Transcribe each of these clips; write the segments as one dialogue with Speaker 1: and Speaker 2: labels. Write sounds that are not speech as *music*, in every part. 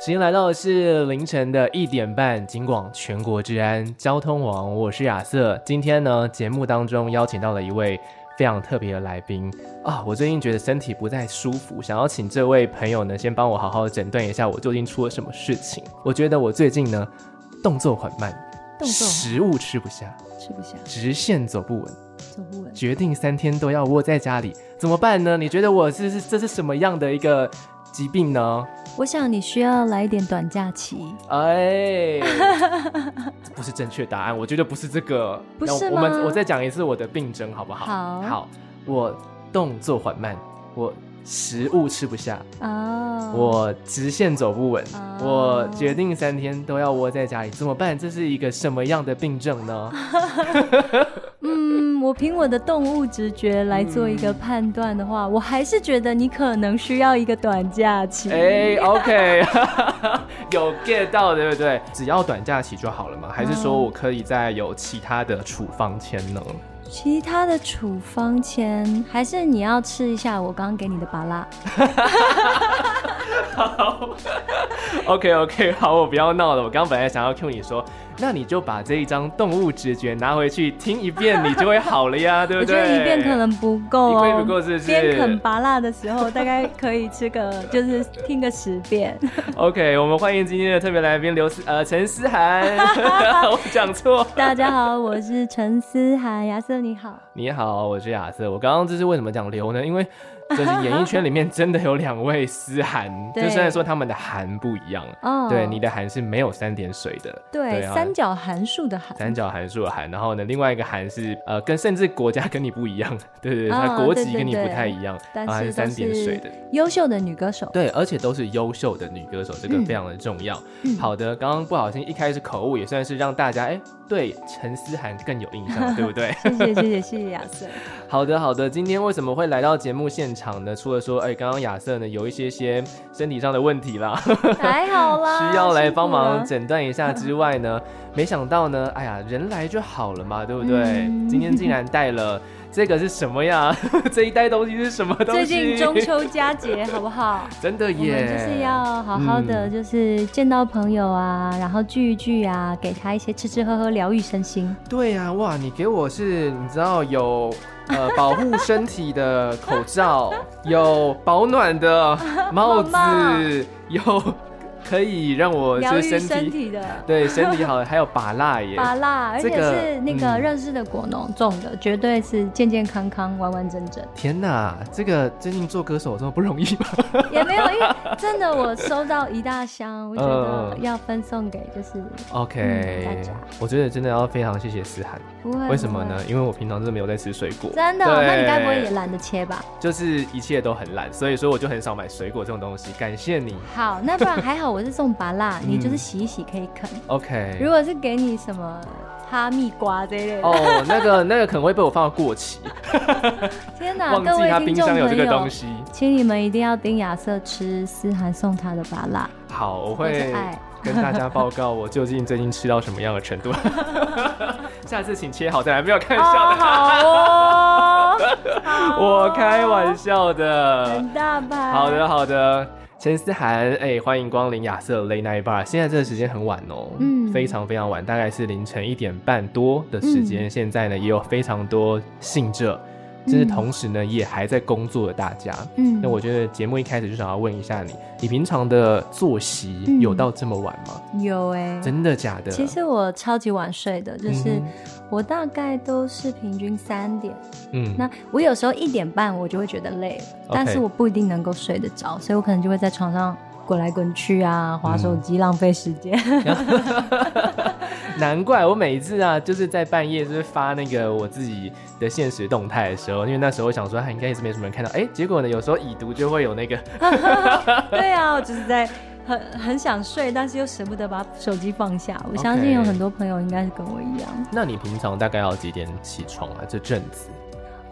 Speaker 1: 时间来到的是凌晨的一点半，尽管全国治安交通网，我是亚瑟。今天呢，节目当中邀请到了一位非常特别的来宾啊，我最近觉得身体不太舒服，想要请这位朋友呢，先帮我好好诊断一下我究竟出了什么事情。我觉得我最近呢，动作缓慢，
Speaker 2: 动作
Speaker 1: 食物吃不下，
Speaker 2: 吃不下，
Speaker 1: 直线走不稳，
Speaker 2: 走不稳。
Speaker 1: 决定三天都要窝在家里，怎么办呢？你觉得我这是这是什么样的一个疾病呢？
Speaker 2: 我想你需要来一点短假期， *laughs*
Speaker 1: 哎，这不是正确答案，我觉得不是这个。
Speaker 2: 不
Speaker 1: 那
Speaker 2: 是
Speaker 1: 我们
Speaker 2: 吗
Speaker 1: 我再讲一次我的病症，好不好？
Speaker 2: 好
Speaker 1: 我动作缓慢，我食物吃不下，
Speaker 2: 哦，
Speaker 1: 我直线走不稳，
Speaker 2: 哦
Speaker 1: 我决定三天都要窝在家里，怎么办？这是一个什么样的病症
Speaker 2: *laughs*
Speaker 1: 呢？
Speaker 2: 嗯，我凭我的动物直觉来做一个判断的
Speaker 1: 嗯
Speaker 2: 话，我还是觉得你可能需要一个短假期。
Speaker 1: 哎、o k *laughs* 有 get 到对不对？只要短假期就好了嘛？还是说
Speaker 2: 嗯
Speaker 1: 我可以再有其他的处方签呢？
Speaker 2: 其他的处方前，还是你要吃一下我刚刚给你的巴拉。
Speaker 1: OK OK，好， *laughs* 我不要闹了。我刚本来想要 Q 你说，那你就把这一张动物直觉拿回去听一遍，你就会好了
Speaker 2: *laughs*
Speaker 1: 呀，对
Speaker 2: 我
Speaker 1: 不
Speaker 2: 觉
Speaker 1: 对？
Speaker 2: 得一遍可能不够
Speaker 1: 一
Speaker 2: 哦，
Speaker 1: 遍不够是不是
Speaker 2: 边啃巴拉的时候，大概可以吃个，就是听个十
Speaker 1: *laughs*
Speaker 2: 遍。
Speaker 1: OK，我们欢迎今天的特别来宾刘思呃陈思涵，
Speaker 2: *laughs*
Speaker 1: 我讲错。
Speaker 2: 大家好，我是陈思涵，亚瑟你好。
Speaker 1: 你好，我是亚瑟。我刚刚这是为什么讲刘呢？因为就是演艺圈里面真的有两位思涵，就
Speaker 2: *laughs* 对
Speaker 1: 虽然说他们的涵不一样，
Speaker 2: 哦
Speaker 1: 对你的涵是没有三点水的，
Speaker 2: 对
Speaker 1: 啊
Speaker 2: 三角函数的函，
Speaker 1: 三角函数的函，然后呢，另外一个函是呃，跟甚至国家跟你不一样，对对对，
Speaker 2: 啊
Speaker 1: 它国籍
Speaker 2: 对对
Speaker 1: 跟你不
Speaker 2: 对
Speaker 1: 太一样，
Speaker 2: 但
Speaker 1: 啊，还
Speaker 2: 是都
Speaker 1: 三点水的，
Speaker 2: 优秀的女歌手。
Speaker 1: 对，而且都是优秀的女歌手，这个
Speaker 2: 嗯
Speaker 1: 非常的重要。
Speaker 2: 嗯
Speaker 1: 好的，刚刚不小心一开始口误，也算是让大家哎对陈思涵更有印象，对不对？ *laughs*
Speaker 2: 谢谢谢谢谢谢亚瑟，
Speaker 1: 好的，好的。今天为什么会来到节目现场呢？除了说，哎，刚刚亚瑟呢有一些些身体上的问题啦，
Speaker 2: 还好啦，
Speaker 1: 需要来帮
Speaker 2: 哦辛苦
Speaker 1: 忙
Speaker 2: 了
Speaker 1: 诊断一下之外
Speaker 2: *laughs*
Speaker 1: 呢，没想到呢，哎呀，人来就好了嘛，对不对？
Speaker 2: 嗯
Speaker 1: 今天竟然带了这个是什么呀？ *laughs* 这一袋东西是什么东
Speaker 2: 最
Speaker 1: 西？
Speaker 2: 近中秋佳节好不好？
Speaker 1: *laughs* 真的
Speaker 2: 我们
Speaker 1: 耶，
Speaker 2: 就是要好好的，
Speaker 1: 嗯
Speaker 2: 就是见到朋友啊，然后聚一聚啊，给他一些吃吃喝喝，疗愈身心。
Speaker 1: 对呀、哇，你给我是，你知道有呃保护身体的口
Speaker 2: *laughs*
Speaker 1: 罩，有保暖的帽子
Speaker 2: 妈妈，
Speaker 1: *laughs* 有可以让我
Speaker 2: 疗
Speaker 1: 哦是
Speaker 2: 愈
Speaker 1: 身体
Speaker 2: 身体的
Speaker 1: 对身体好，还有拔蜡
Speaker 2: *laughs*
Speaker 1: 耶，
Speaker 2: 拔辣，而
Speaker 1: 这
Speaker 2: 且
Speaker 1: 个
Speaker 2: 是那个
Speaker 1: 嗯
Speaker 2: 认识的果农种的，绝对是健健康康、完完整
Speaker 1: *laughs*
Speaker 2: 整。
Speaker 1: 天哪，这个最近做歌手这么不容易吗？
Speaker 2: 也没有，因为真的我收到一大箱，我觉得
Speaker 1: 嗯
Speaker 2: 要分送给就是。
Speaker 1: OK，、
Speaker 2: 嗯大家
Speaker 1: 我觉得真的要非常谢谢思涵，
Speaker 2: 不会
Speaker 1: 为什么？
Speaker 2: 不
Speaker 1: 呢
Speaker 2: 会？
Speaker 1: 因为我平常真的没有在吃水果，
Speaker 2: 真的哦、那你
Speaker 1: 对
Speaker 2: 该不会也懒得切吧？
Speaker 1: 就是一切都很懒，所以说我就很少买水果这种东西。感谢你
Speaker 2: 好，那不然还好，我是送
Speaker 1: *laughs*
Speaker 2: 拔辣，
Speaker 1: 嗯
Speaker 2: 你就是洗一洗可以啃。如
Speaker 1: ，OK。
Speaker 2: 果是给你什么哈密瓜这一类的，
Speaker 1: 哦，那个那个可能会被我放到过
Speaker 2: *laughs*
Speaker 1: 期，
Speaker 2: 天哪，
Speaker 1: 忘
Speaker 2: 各
Speaker 1: 记
Speaker 2: 位
Speaker 1: 他
Speaker 2: 听
Speaker 1: 冰
Speaker 2: 众
Speaker 1: 箱有这
Speaker 2: 朋
Speaker 1: 个东
Speaker 2: 友，
Speaker 1: 西。
Speaker 2: 请你们一定要盯亚瑟吃思涵送他的拔辣，
Speaker 1: 好，我
Speaker 2: 我
Speaker 1: 会
Speaker 2: 是爱
Speaker 1: 跟大家报告我究竟最近吃到什么样的程
Speaker 2: *laughs*
Speaker 1: 度。下次请切好再来，没有开玩 *laughs* 笑的，*laughs*
Speaker 2: 好哦，好哦
Speaker 1: 我开玩，笑的。
Speaker 2: 很大牌，
Speaker 1: 好的，，好的。陈思涵，哎、欢迎光临亚瑟 Late Night Bar。现在这个时间很晚哦，
Speaker 2: 嗯
Speaker 1: 非常非常晚，大概是凌晨一点半多的时间。现在呢，也有非常多信者，就是
Speaker 2: 嗯
Speaker 1: 同时呢，也还在工作的大家。
Speaker 2: 嗯
Speaker 1: 那我觉得节目一开始就想要问一下你，你平常的作息
Speaker 2: 嗯
Speaker 1: 有到这么晚吗？
Speaker 2: 有哎、
Speaker 1: 真的假的？
Speaker 2: 其实我超级晚睡的，就是
Speaker 1: 嗯
Speaker 2: 我大概都是平均三点。
Speaker 1: 嗯，
Speaker 2: 那我有时候一点半我就会觉得累了
Speaker 1: OK
Speaker 2: 但是我不一定能够睡得着，所以我可能就会
Speaker 1: *laughs*
Speaker 2: 在床上滚来滚去啊，划手机、浪费时间。
Speaker 1: 难怪我每一次啊，就是在半夜就是发那个我自己的现实动态的时候，因为那时候我想说，啊、应该也是没什么人看到，哎、结果呢，有时候已读就会有那个， *laughs*
Speaker 2: 对啊，我就是在很很想睡，但是又舍不得把手机放下。我相信有很多朋友应该是跟我一样。
Speaker 1: 那你平常大概要几点起床啊？这阵子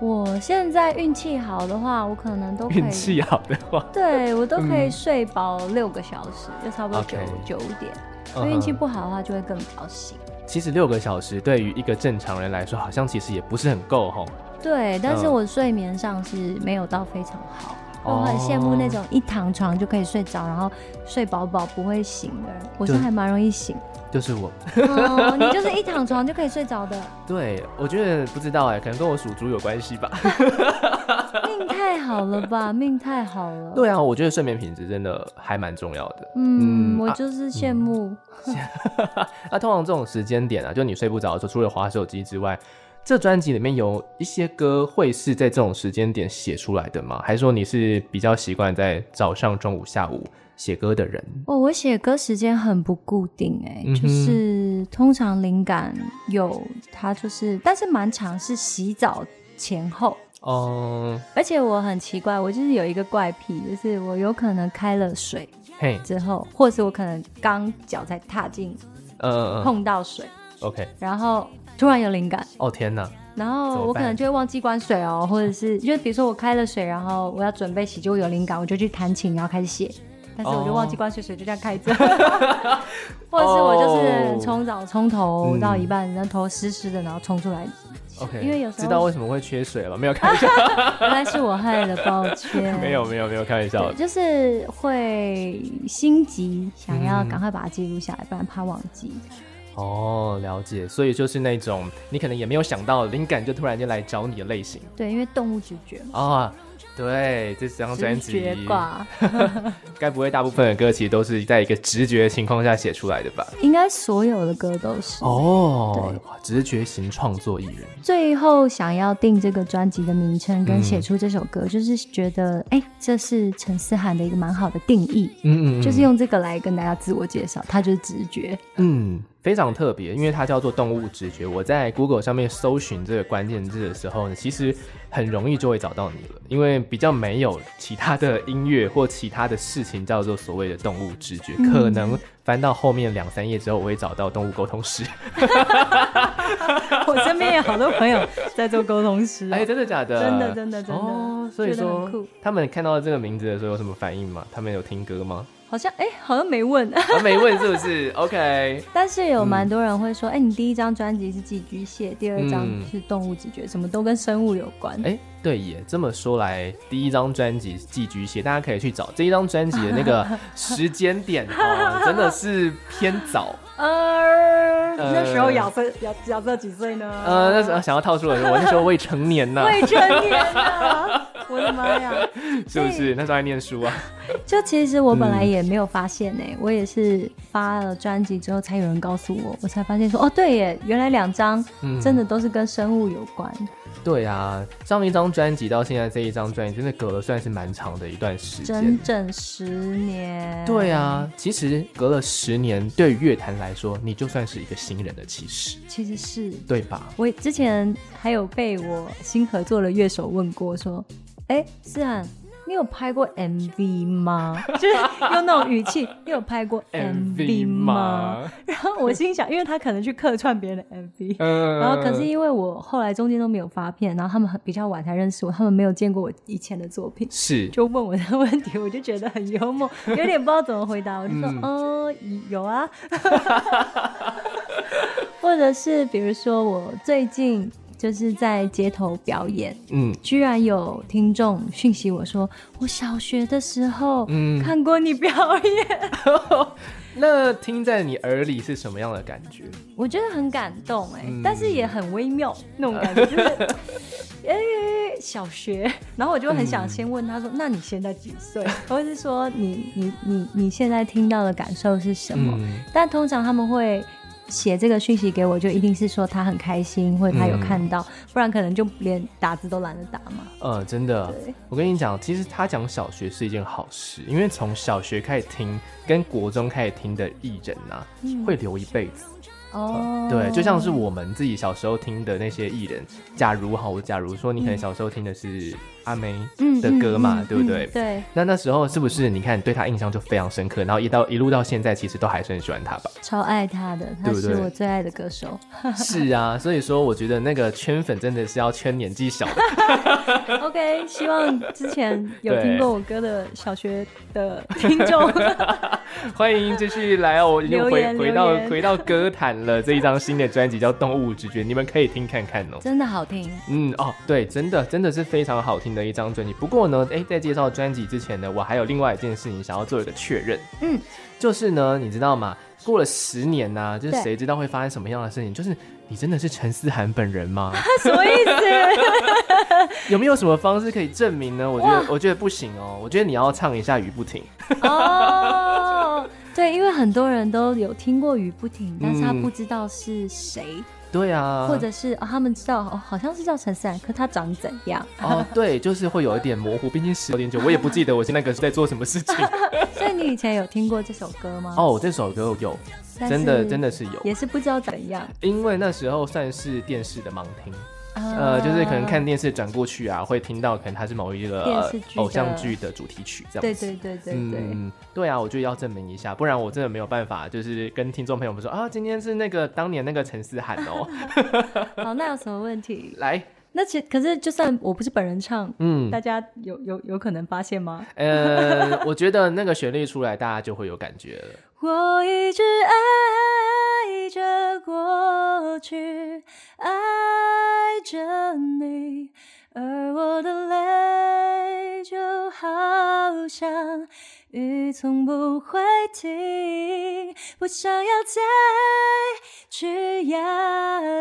Speaker 2: 我现在运气好的话，我可能都可以，
Speaker 1: 运气好的话，
Speaker 2: 对我都可以
Speaker 1: 嗯
Speaker 2: 睡饱六个小时，就差不多
Speaker 1: OK
Speaker 2: 九九点。
Speaker 1: 嗯哼 *laughs*
Speaker 2: 运气不好的话，就会更早醒。
Speaker 1: 嗯其实六个小时对于一个正常人来说，好像其实也不是很够吼。
Speaker 2: 对，但是
Speaker 1: 嗯
Speaker 2: 我睡眠上是没有到非常好。
Speaker 1: 哦
Speaker 2: 我很羡慕那种一躺床就可以睡着，然后睡饱饱不会醒的人。我是
Speaker 1: 对
Speaker 2: 还蛮容易
Speaker 1: *laughs*
Speaker 2: 醒，
Speaker 1: 就是我，
Speaker 2: 哦，你就是一躺床就可以睡着的，
Speaker 1: 对我觉得不知道哎、可能跟我属猪有关系吧。
Speaker 2: 命太好了吧，命太好了。，
Speaker 1: *laughs* 对啊，我觉得睡眠品质真的还蛮重要的。
Speaker 2: 嗯，
Speaker 1: 嗯
Speaker 2: 我
Speaker 1: 啊
Speaker 2: 就是羡慕。
Speaker 1: *laughs* 那、通常这种时间点啊，就你睡不着的时候，除了划手机之外，这专辑里面有一些歌会是在这种时间点写出来的吗？还是说你是比较习惯在早上、中午、下午写歌的人？
Speaker 2: 哦，我写歌时间很不固定哎、
Speaker 1: 嗯哼
Speaker 2: 就是通常灵感有它就是，但是蛮长是洗澡前后，
Speaker 1: 哦、
Speaker 2: 而且我很奇怪，我就是有一个怪癖，就是我有可能开了水
Speaker 1: 嘿，
Speaker 2: 之后，或是我可能刚脚才踏进
Speaker 1: 嗯嗯嗯
Speaker 2: 碰到水，
Speaker 1: ，OK，
Speaker 2: 然后突然有灵感，
Speaker 1: 哦天哪，
Speaker 2: 然
Speaker 1: 怎
Speaker 2: 后
Speaker 1: 么
Speaker 2: 我可
Speaker 1: 办
Speaker 2: 能就会忘记关水哦，或者是就是比如说我开了水，然后我要准备洗，就有灵感，我就去弹琴，然后开始写，但是我就忘记关水，水就这样开着，
Speaker 1: 哦
Speaker 2: *laughs* 或者是我就是冲澡冲头
Speaker 1: 嗯
Speaker 2: 到一半，然后头湿湿的，然后冲出来，
Speaker 1: OK，
Speaker 2: 因为有时候
Speaker 1: 知道为什么会缺水了吧？没 *laughs* 有开
Speaker 2: *laughs*
Speaker 1: 玩笑，
Speaker 2: 原来是我害了，抱歉，
Speaker 1: *laughs* 没有没有没有开玩笑
Speaker 2: 对，，就是会心急，想
Speaker 1: 嗯
Speaker 2: 要赶快把它记录下来，不然怕忘记。
Speaker 1: 哦，了解，所以就是那种你可能也没有想到，灵感就突然间来找你的类型
Speaker 2: 对，因为动物直觉嘛，
Speaker 1: 啊。对，这张
Speaker 2: 直
Speaker 1: 专
Speaker 2: 觉
Speaker 1: 辑，
Speaker 2: 挂，
Speaker 1: 该不会大部分的歌其实都是在一个直觉的情况下写出来的吧？
Speaker 2: *laughs* 应该所有的歌都是。
Speaker 1: 哦
Speaker 2: 对，
Speaker 1: 哇直觉型创作艺人，
Speaker 2: 最后想要定这个专辑的名称跟
Speaker 1: 嗯
Speaker 2: 写出这首歌，就是觉得哎、这是陈思涵的一个蛮好的定义，
Speaker 1: 嗯
Speaker 2: 就是用这个来跟大家自我介绍，他就是直觉。 *laughs*
Speaker 1: 嗯，非常特别，因为它叫做动物直觉。我在 Google 上面搜寻这个关键字的时候呢，其实很容易就会找到你了，因为比较没有其他的音乐或其他的事情叫做所谓的动物直觉。
Speaker 2: 嗯
Speaker 1: 可能翻到后面两三页之后，我会找到动物沟通师。
Speaker 2: 嗯我身边有好多朋友在做沟通师哦、
Speaker 1: 哎，真的假的？
Speaker 2: 真的真的真的
Speaker 1: 哦，所以
Speaker 2: 觉得很
Speaker 1: 说
Speaker 2: 酷
Speaker 1: 他们看到这个名字的时候有什么反应吗？他们有听歌吗？
Speaker 2: 好像哎、好像没问，
Speaker 1: 啊，没问是不是？OK，
Speaker 2: 但是有
Speaker 1: 嗯
Speaker 2: 蛮多人会说，哎、你第一张专辑是寄居蟹，第二张
Speaker 1: 嗯
Speaker 2: 是动物直觉，什么都跟生物有关。
Speaker 1: 哎，对耶，这么说来，第一张专辑《寄居蟹》，大家可以去找这一张专辑的那 *laughs* 个时间点 *laughs* 哦，真的是偏早。
Speaker 2: 呃，
Speaker 1: 那时候亚
Speaker 2: 瑟亚亚瑟几岁呢？
Speaker 1: 呃，那时候想要套出我，我那时候未成年呢、
Speaker 2: 未成年啊！ *laughs* 我的妈呀！
Speaker 1: *laughs* 是不是？那时候还念书啊。
Speaker 2: 就其实我
Speaker 1: 嗯
Speaker 2: 本来也没有发现呢、我也是发了专辑之后才有人告诉我，我才发现说，哦，对耶，原来两张
Speaker 1: 嗯
Speaker 2: 真的都是跟生物有关。
Speaker 1: 对啊，上一张专辑到现在这一张专辑，真的隔了算是蛮长的一段时间
Speaker 2: 整。整十年。
Speaker 1: 对，啊，其实隔了十年，对于乐坛来说，你就算是一个新人的其实，
Speaker 2: 其实是
Speaker 1: 对吧？
Speaker 2: 我之前还有被我新合作的乐手问过，说：“哎、思涵，你有拍过 MV 吗？” *laughs* 就是用那种语气，你有拍过 MV 吗？？然后我心想，因为他可能去客串别人的 MV，
Speaker 1: 嗯
Speaker 2: 然后可是因为我后来中间都没有发片，然后他们很比较晚才认识我，他们没有见过我以前的作品。 *laughs*
Speaker 1: 是
Speaker 2: 就问我的问题，我就觉得很幽默，有点不知道怎
Speaker 1: *laughs*
Speaker 2: 么回答，我就说，
Speaker 1: 嗯
Speaker 2: 哦，有啊，
Speaker 1: *laughs*
Speaker 2: 或者是比如说我最近就是在街头表演，
Speaker 1: 嗯
Speaker 2: 居然有听众讯息我说，我小学的时候
Speaker 1: 嗯，
Speaker 2: 看过你表演，
Speaker 1: 那听在你耳里是什么样的感觉？
Speaker 2: 我觉得很感动哎、
Speaker 1: 嗯
Speaker 2: 但是也很微妙那
Speaker 1: *laughs*
Speaker 2: 种感觉，就是哎、小学，然后我就很想先问他说：“那你现在几
Speaker 1: *laughs*
Speaker 2: 岁？”或者是说你你你你现在听到的感受是什么？
Speaker 1: 嗯
Speaker 2: 但通常他们会写这个讯息给我，就一定是说他很开心，或者他有看
Speaker 1: 嗯
Speaker 2: 到，不然可能就连打字都懒得打嘛。
Speaker 1: 呃，真的，我跟你讲，其实他讲小学是一件好事，因为从小学开始听，跟国中开始听的艺人啊，会留一辈子。
Speaker 2: 嗯哦，
Speaker 1: 对，就像是我们自己小时候听的那些艺人，假如好，我假如说你可能小时候听的是阿妹的歌嘛，
Speaker 2: 嗯嗯
Speaker 1: 对不
Speaker 2: 嗯
Speaker 1: 对？
Speaker 2: 对，
Speaker 1: 那那时候是不是你看对他印象就非常深刻，然后一到一路到现在，其实都还是很喜欢他
Speaker 2: *laughs*
Speaker 1: 吧？
Speaker 2: 超爱他的，他
Speaker 1: 对不
Speaker 2: 是
Speaker 1: 对
Speaker 2: 我最爱的歌手。
Speaker 1: 是啊，所以说我觉得那个圈粉真的是要圈年纪小的，
Speaker 2: OK，希望之前有
Speaker 1: 对
Speaker 2: 听过我歌的小学的听
Speaker 1: *laughs*
Speaker 2: 众，
Speaker 1: 欢迎继续来哦，我已经
Speaker 2: 留
Speaker 1: 回
Speaker 2: 言
Speaker 1: 回
Speaker 2: 留
Speaker 1: 到
Speaker 2: 言
Speaker 1: 回到歌坛了，这一张新的专辑叫《动物直觉》，你们可以听看看哦。
Speaker 2: 真的好听。
Speaker 1: 嗯哦，对，真的真的是非常好听的一张专辑。不过呢，哎诶，在介绍专辑之前呢，我还有另外一件事情想要做一个确认。
Speaker 2: 嗯，
Speaker 1: 就是呢，你知道吗？过了十年呐、就是
Speaker 2: 对
Speaker 1: 谁知道会发生什么样的事情？就是你真的是陈思涵本人吗？ *laughs*
Speaker 2: 他 *laughs* 什么意思？
Speaker 1: 有没有什么方式可以证明呢？我觉
Speaker 2: 哇
Speaker 1: 得我觉得不行哦，我觉得你要唱一下雨不停。
Speaker 2: 哦，对，因为很多人都有听过雨不停，但是他
Speaker 1: 嗯
Speaker 2: 不知道是谁，
Speaker 1: 对啊，
Speaker 2: 或者是、哦、他们知道哦，好像是叫陈思涵，可他长怎样？ *laughs*
Speaker 1: 哦对，就是会有一点模糊，毕竟十点久，我也不记得我现在可是在做什么事
Speaker 2: *laughs*
Speaker 1: 情。
Speaker 2: 所以你以前有听过这首歌吗？
Speaker 1: 哦，这首歌有，
Speaker 2: 但是
Speaker 1: 真的真的是有。
Speaker 2: 也是不知道怎样。
Speaker 1: 因为那时候算是电视的盲听，呃，就是可能看电视转过去啊，会听到可能它是某一个
Speaker 2: 啊电
Speaker 1: 呃
Speaker 2: 视剧的
Speaker 1: 偶像剧的主题曲这
Speaker 2: 啊对
Speaker 1: 样子。
Speaker 2: 对对对
Speaker 1: 嗯
Speaker 2: 对，
Speaker 1: 嗯，对啊，我就要证明一下，不然我真的没有办法，就是跟听众朋友们说啊，今天是那个当年那个陈思涵
Speaker 2: *laughs*
Speaker 1: 哦，
Speaker 2: 好，那有什么问题？
Speaker 1: 来，
Speaker 2: 那其可是就算我不是本人唱，
Speaker 1: 嗯，
Speaker 2: 大家有有有可能发现吗？
Speaker 1: 呃，我觉得那个旋律出来，大家就会有感觉了。
Speaker 2: 我一直爱着过去，爱着你，而我的泪就好像雨从不会停，不想要再去压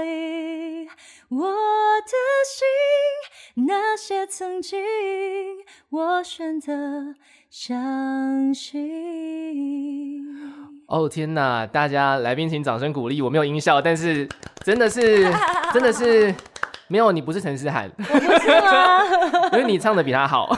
Speaker 2: 抑我的心，那些曾经我选择相信。
Speaker 1: 哦天呐，大家来宾请掌声鼓励，我没有音效，但是真的
Speaker 2: *laughs*
Speaker 1: 是真的是没有，你不是陈思涵，
Speaker 2: 是吗？
Speaker 1: *laughs*
Speaker 2: 哦
Speaker 1: 因为你唱的比他好，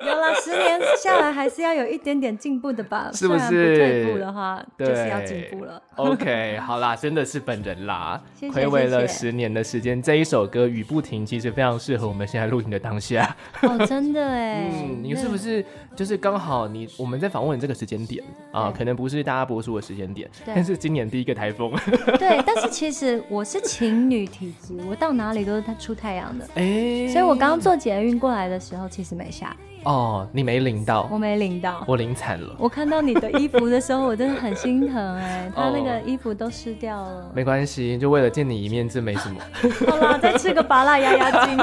Speaker 2: 有了十年下来，还是要有一点点进步的
Speaker 1: *laughs*
Speaker 2: 吧？
Speaker 1: 是不是
Speaker 2: 虽然不退步的话，就
Speaker 1: 对
Speaker 2: 是要进步了。
Speaker 1: *laughs* OK，好啦，真的是本人啦，
Speaker 2: 谢谢
Speaker 1: 回味了
Speaker 2: 谢谢
Speaker 1: 十年的时间，这一首歌《雨不停》其实非常适合我们现在录音的当下。
Speaker 2: 哦，真的哎，
Speaker 1: 嗯，你是不是就是刚好你我们在访问这个时间点啊，
Speaker 2: 对
Speaker 1: 可能不是大家播出的时间点，
Speaker 2: 对
Speaker 1: 但是今年第一个台风，
Speaker 2: 对？对，但是其实我是情侣体质，我到哪里都是出太阳
Speaker 1: *laughs*
Speaker 2: 的。
Speaker 1: 哎，
Speaker 2: 所以我刚刚坐捷运过来的时候，其实没下，
Speaker 1: *laughs* 哦，你没领到，
Speaker 2: 我没
Speaker 1: *laughs*
Speaker 2: 淋到。
Speaker 1: 我领惨了。
Speaker 2: 我看到你的衣服的时候，我真的很心
Speaker 1: *laughs*
Speaker 2: 疼哎，他那
Speaker 1: 哦
Speaker 2: 个衣服都湿掉了。
Speaker 1: 没关系，就为了见你一面，这没什么。 *laughs*
Speaker 2: 好啦，再吃个拔辣压压惊。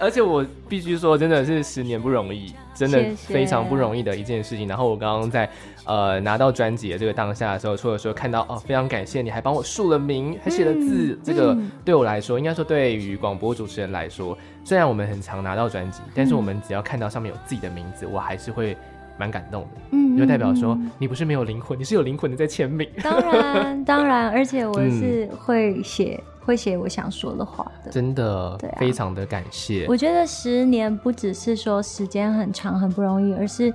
Speaker 1: 而且我必须说，真的是十年不容易，真的
Speaker 2: 谢谢
Speaker 1: 非常不容易的一件事情。然后我刚刚在呃拿到专辑的这个当下的时候，除了说看到哦，非常感谢你还帮我署了名，还写
Speaker 2: 嗯
Speaker 1: 了字，这个对我来说，应该说对于广播主持人来说，虽然我们很常拿到专辑，但是
Speaker 2: 嗯
Speaker 1: 我们只要看到上面有自己的名字，我还是会蛮感动的。
Speaker 2: 嗯啊
Speaker 1: 就代表说 *laughs* 你不是没有灵魂，你是有灵魂的在签名。 *laughs*
Speaker 2: 当然，当然，而且我
Speaker 1: 嗯
Speaker 2: 是会写、会写我想说的话的。
Speaker 1: 真的
Speaker 2: 对啊
Speaker 1: 非常的感谢，
Speaker 2: 我觉得十年不只是说时间很长很不容易，而是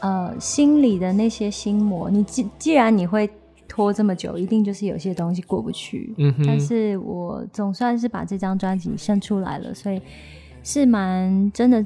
Speaker 2: 呃心里的那些心魔。你既既然你会拖这么久，一定就是有些东西过不去。
Speaker 1: 嗯哼
Speaker 2: 但是我总算是把这张专辑生出来了，所以是蛮真的。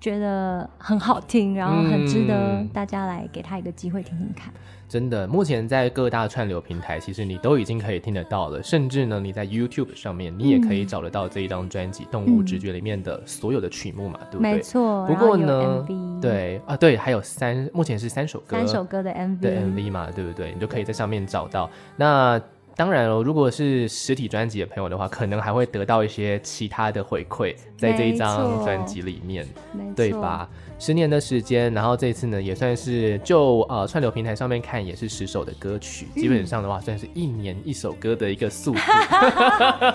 Speaker 2: 觉得很好听，然后很值得
Speaker 1: 嗯
Speaker 2: 大家来给他一个机会听听看。
Speaker 1: 真的，目前在各大串流平台，其实你都已经可以听得到了，甚至呢，你在 YouTube 上面，你也可以找得到这一张专辑《动物直觉》里面的所有的曲目嘛，对不
Speaker 2: 没
Speaker 1: 对？
Speaker 2: 错，
Speaker 1: 不过
Speaker 2: 然
Speaker 1: 呢
Speaker 2: 后有 MV，，
Speaker 1: 对啊，对，还有三，目前是三首歌，
Speaker 2: 三首歌的 MV，
Speaker 1: 的 MV 嘛，对不对？你就可以在上面找到。那当然哦，如果是实体专辑的朋友的话，可能还会得到一些其他的回馈，在这一
Speaker 2: 没
Speaker 1: 张
Speaker 2: 错
Speaker 1: 专辑里面。
Speaker 2: 没错
Speaker 1: 对？吧？十年的时间，然后这一次呢，也算是就呃串流平台上面看，也是十首的歌曲，基
Speaker 2: 嗯
Speaker 1: 本上的话算是一年一首歌的一个
Speaker 2: *laughs*
Speaker 1: 速度，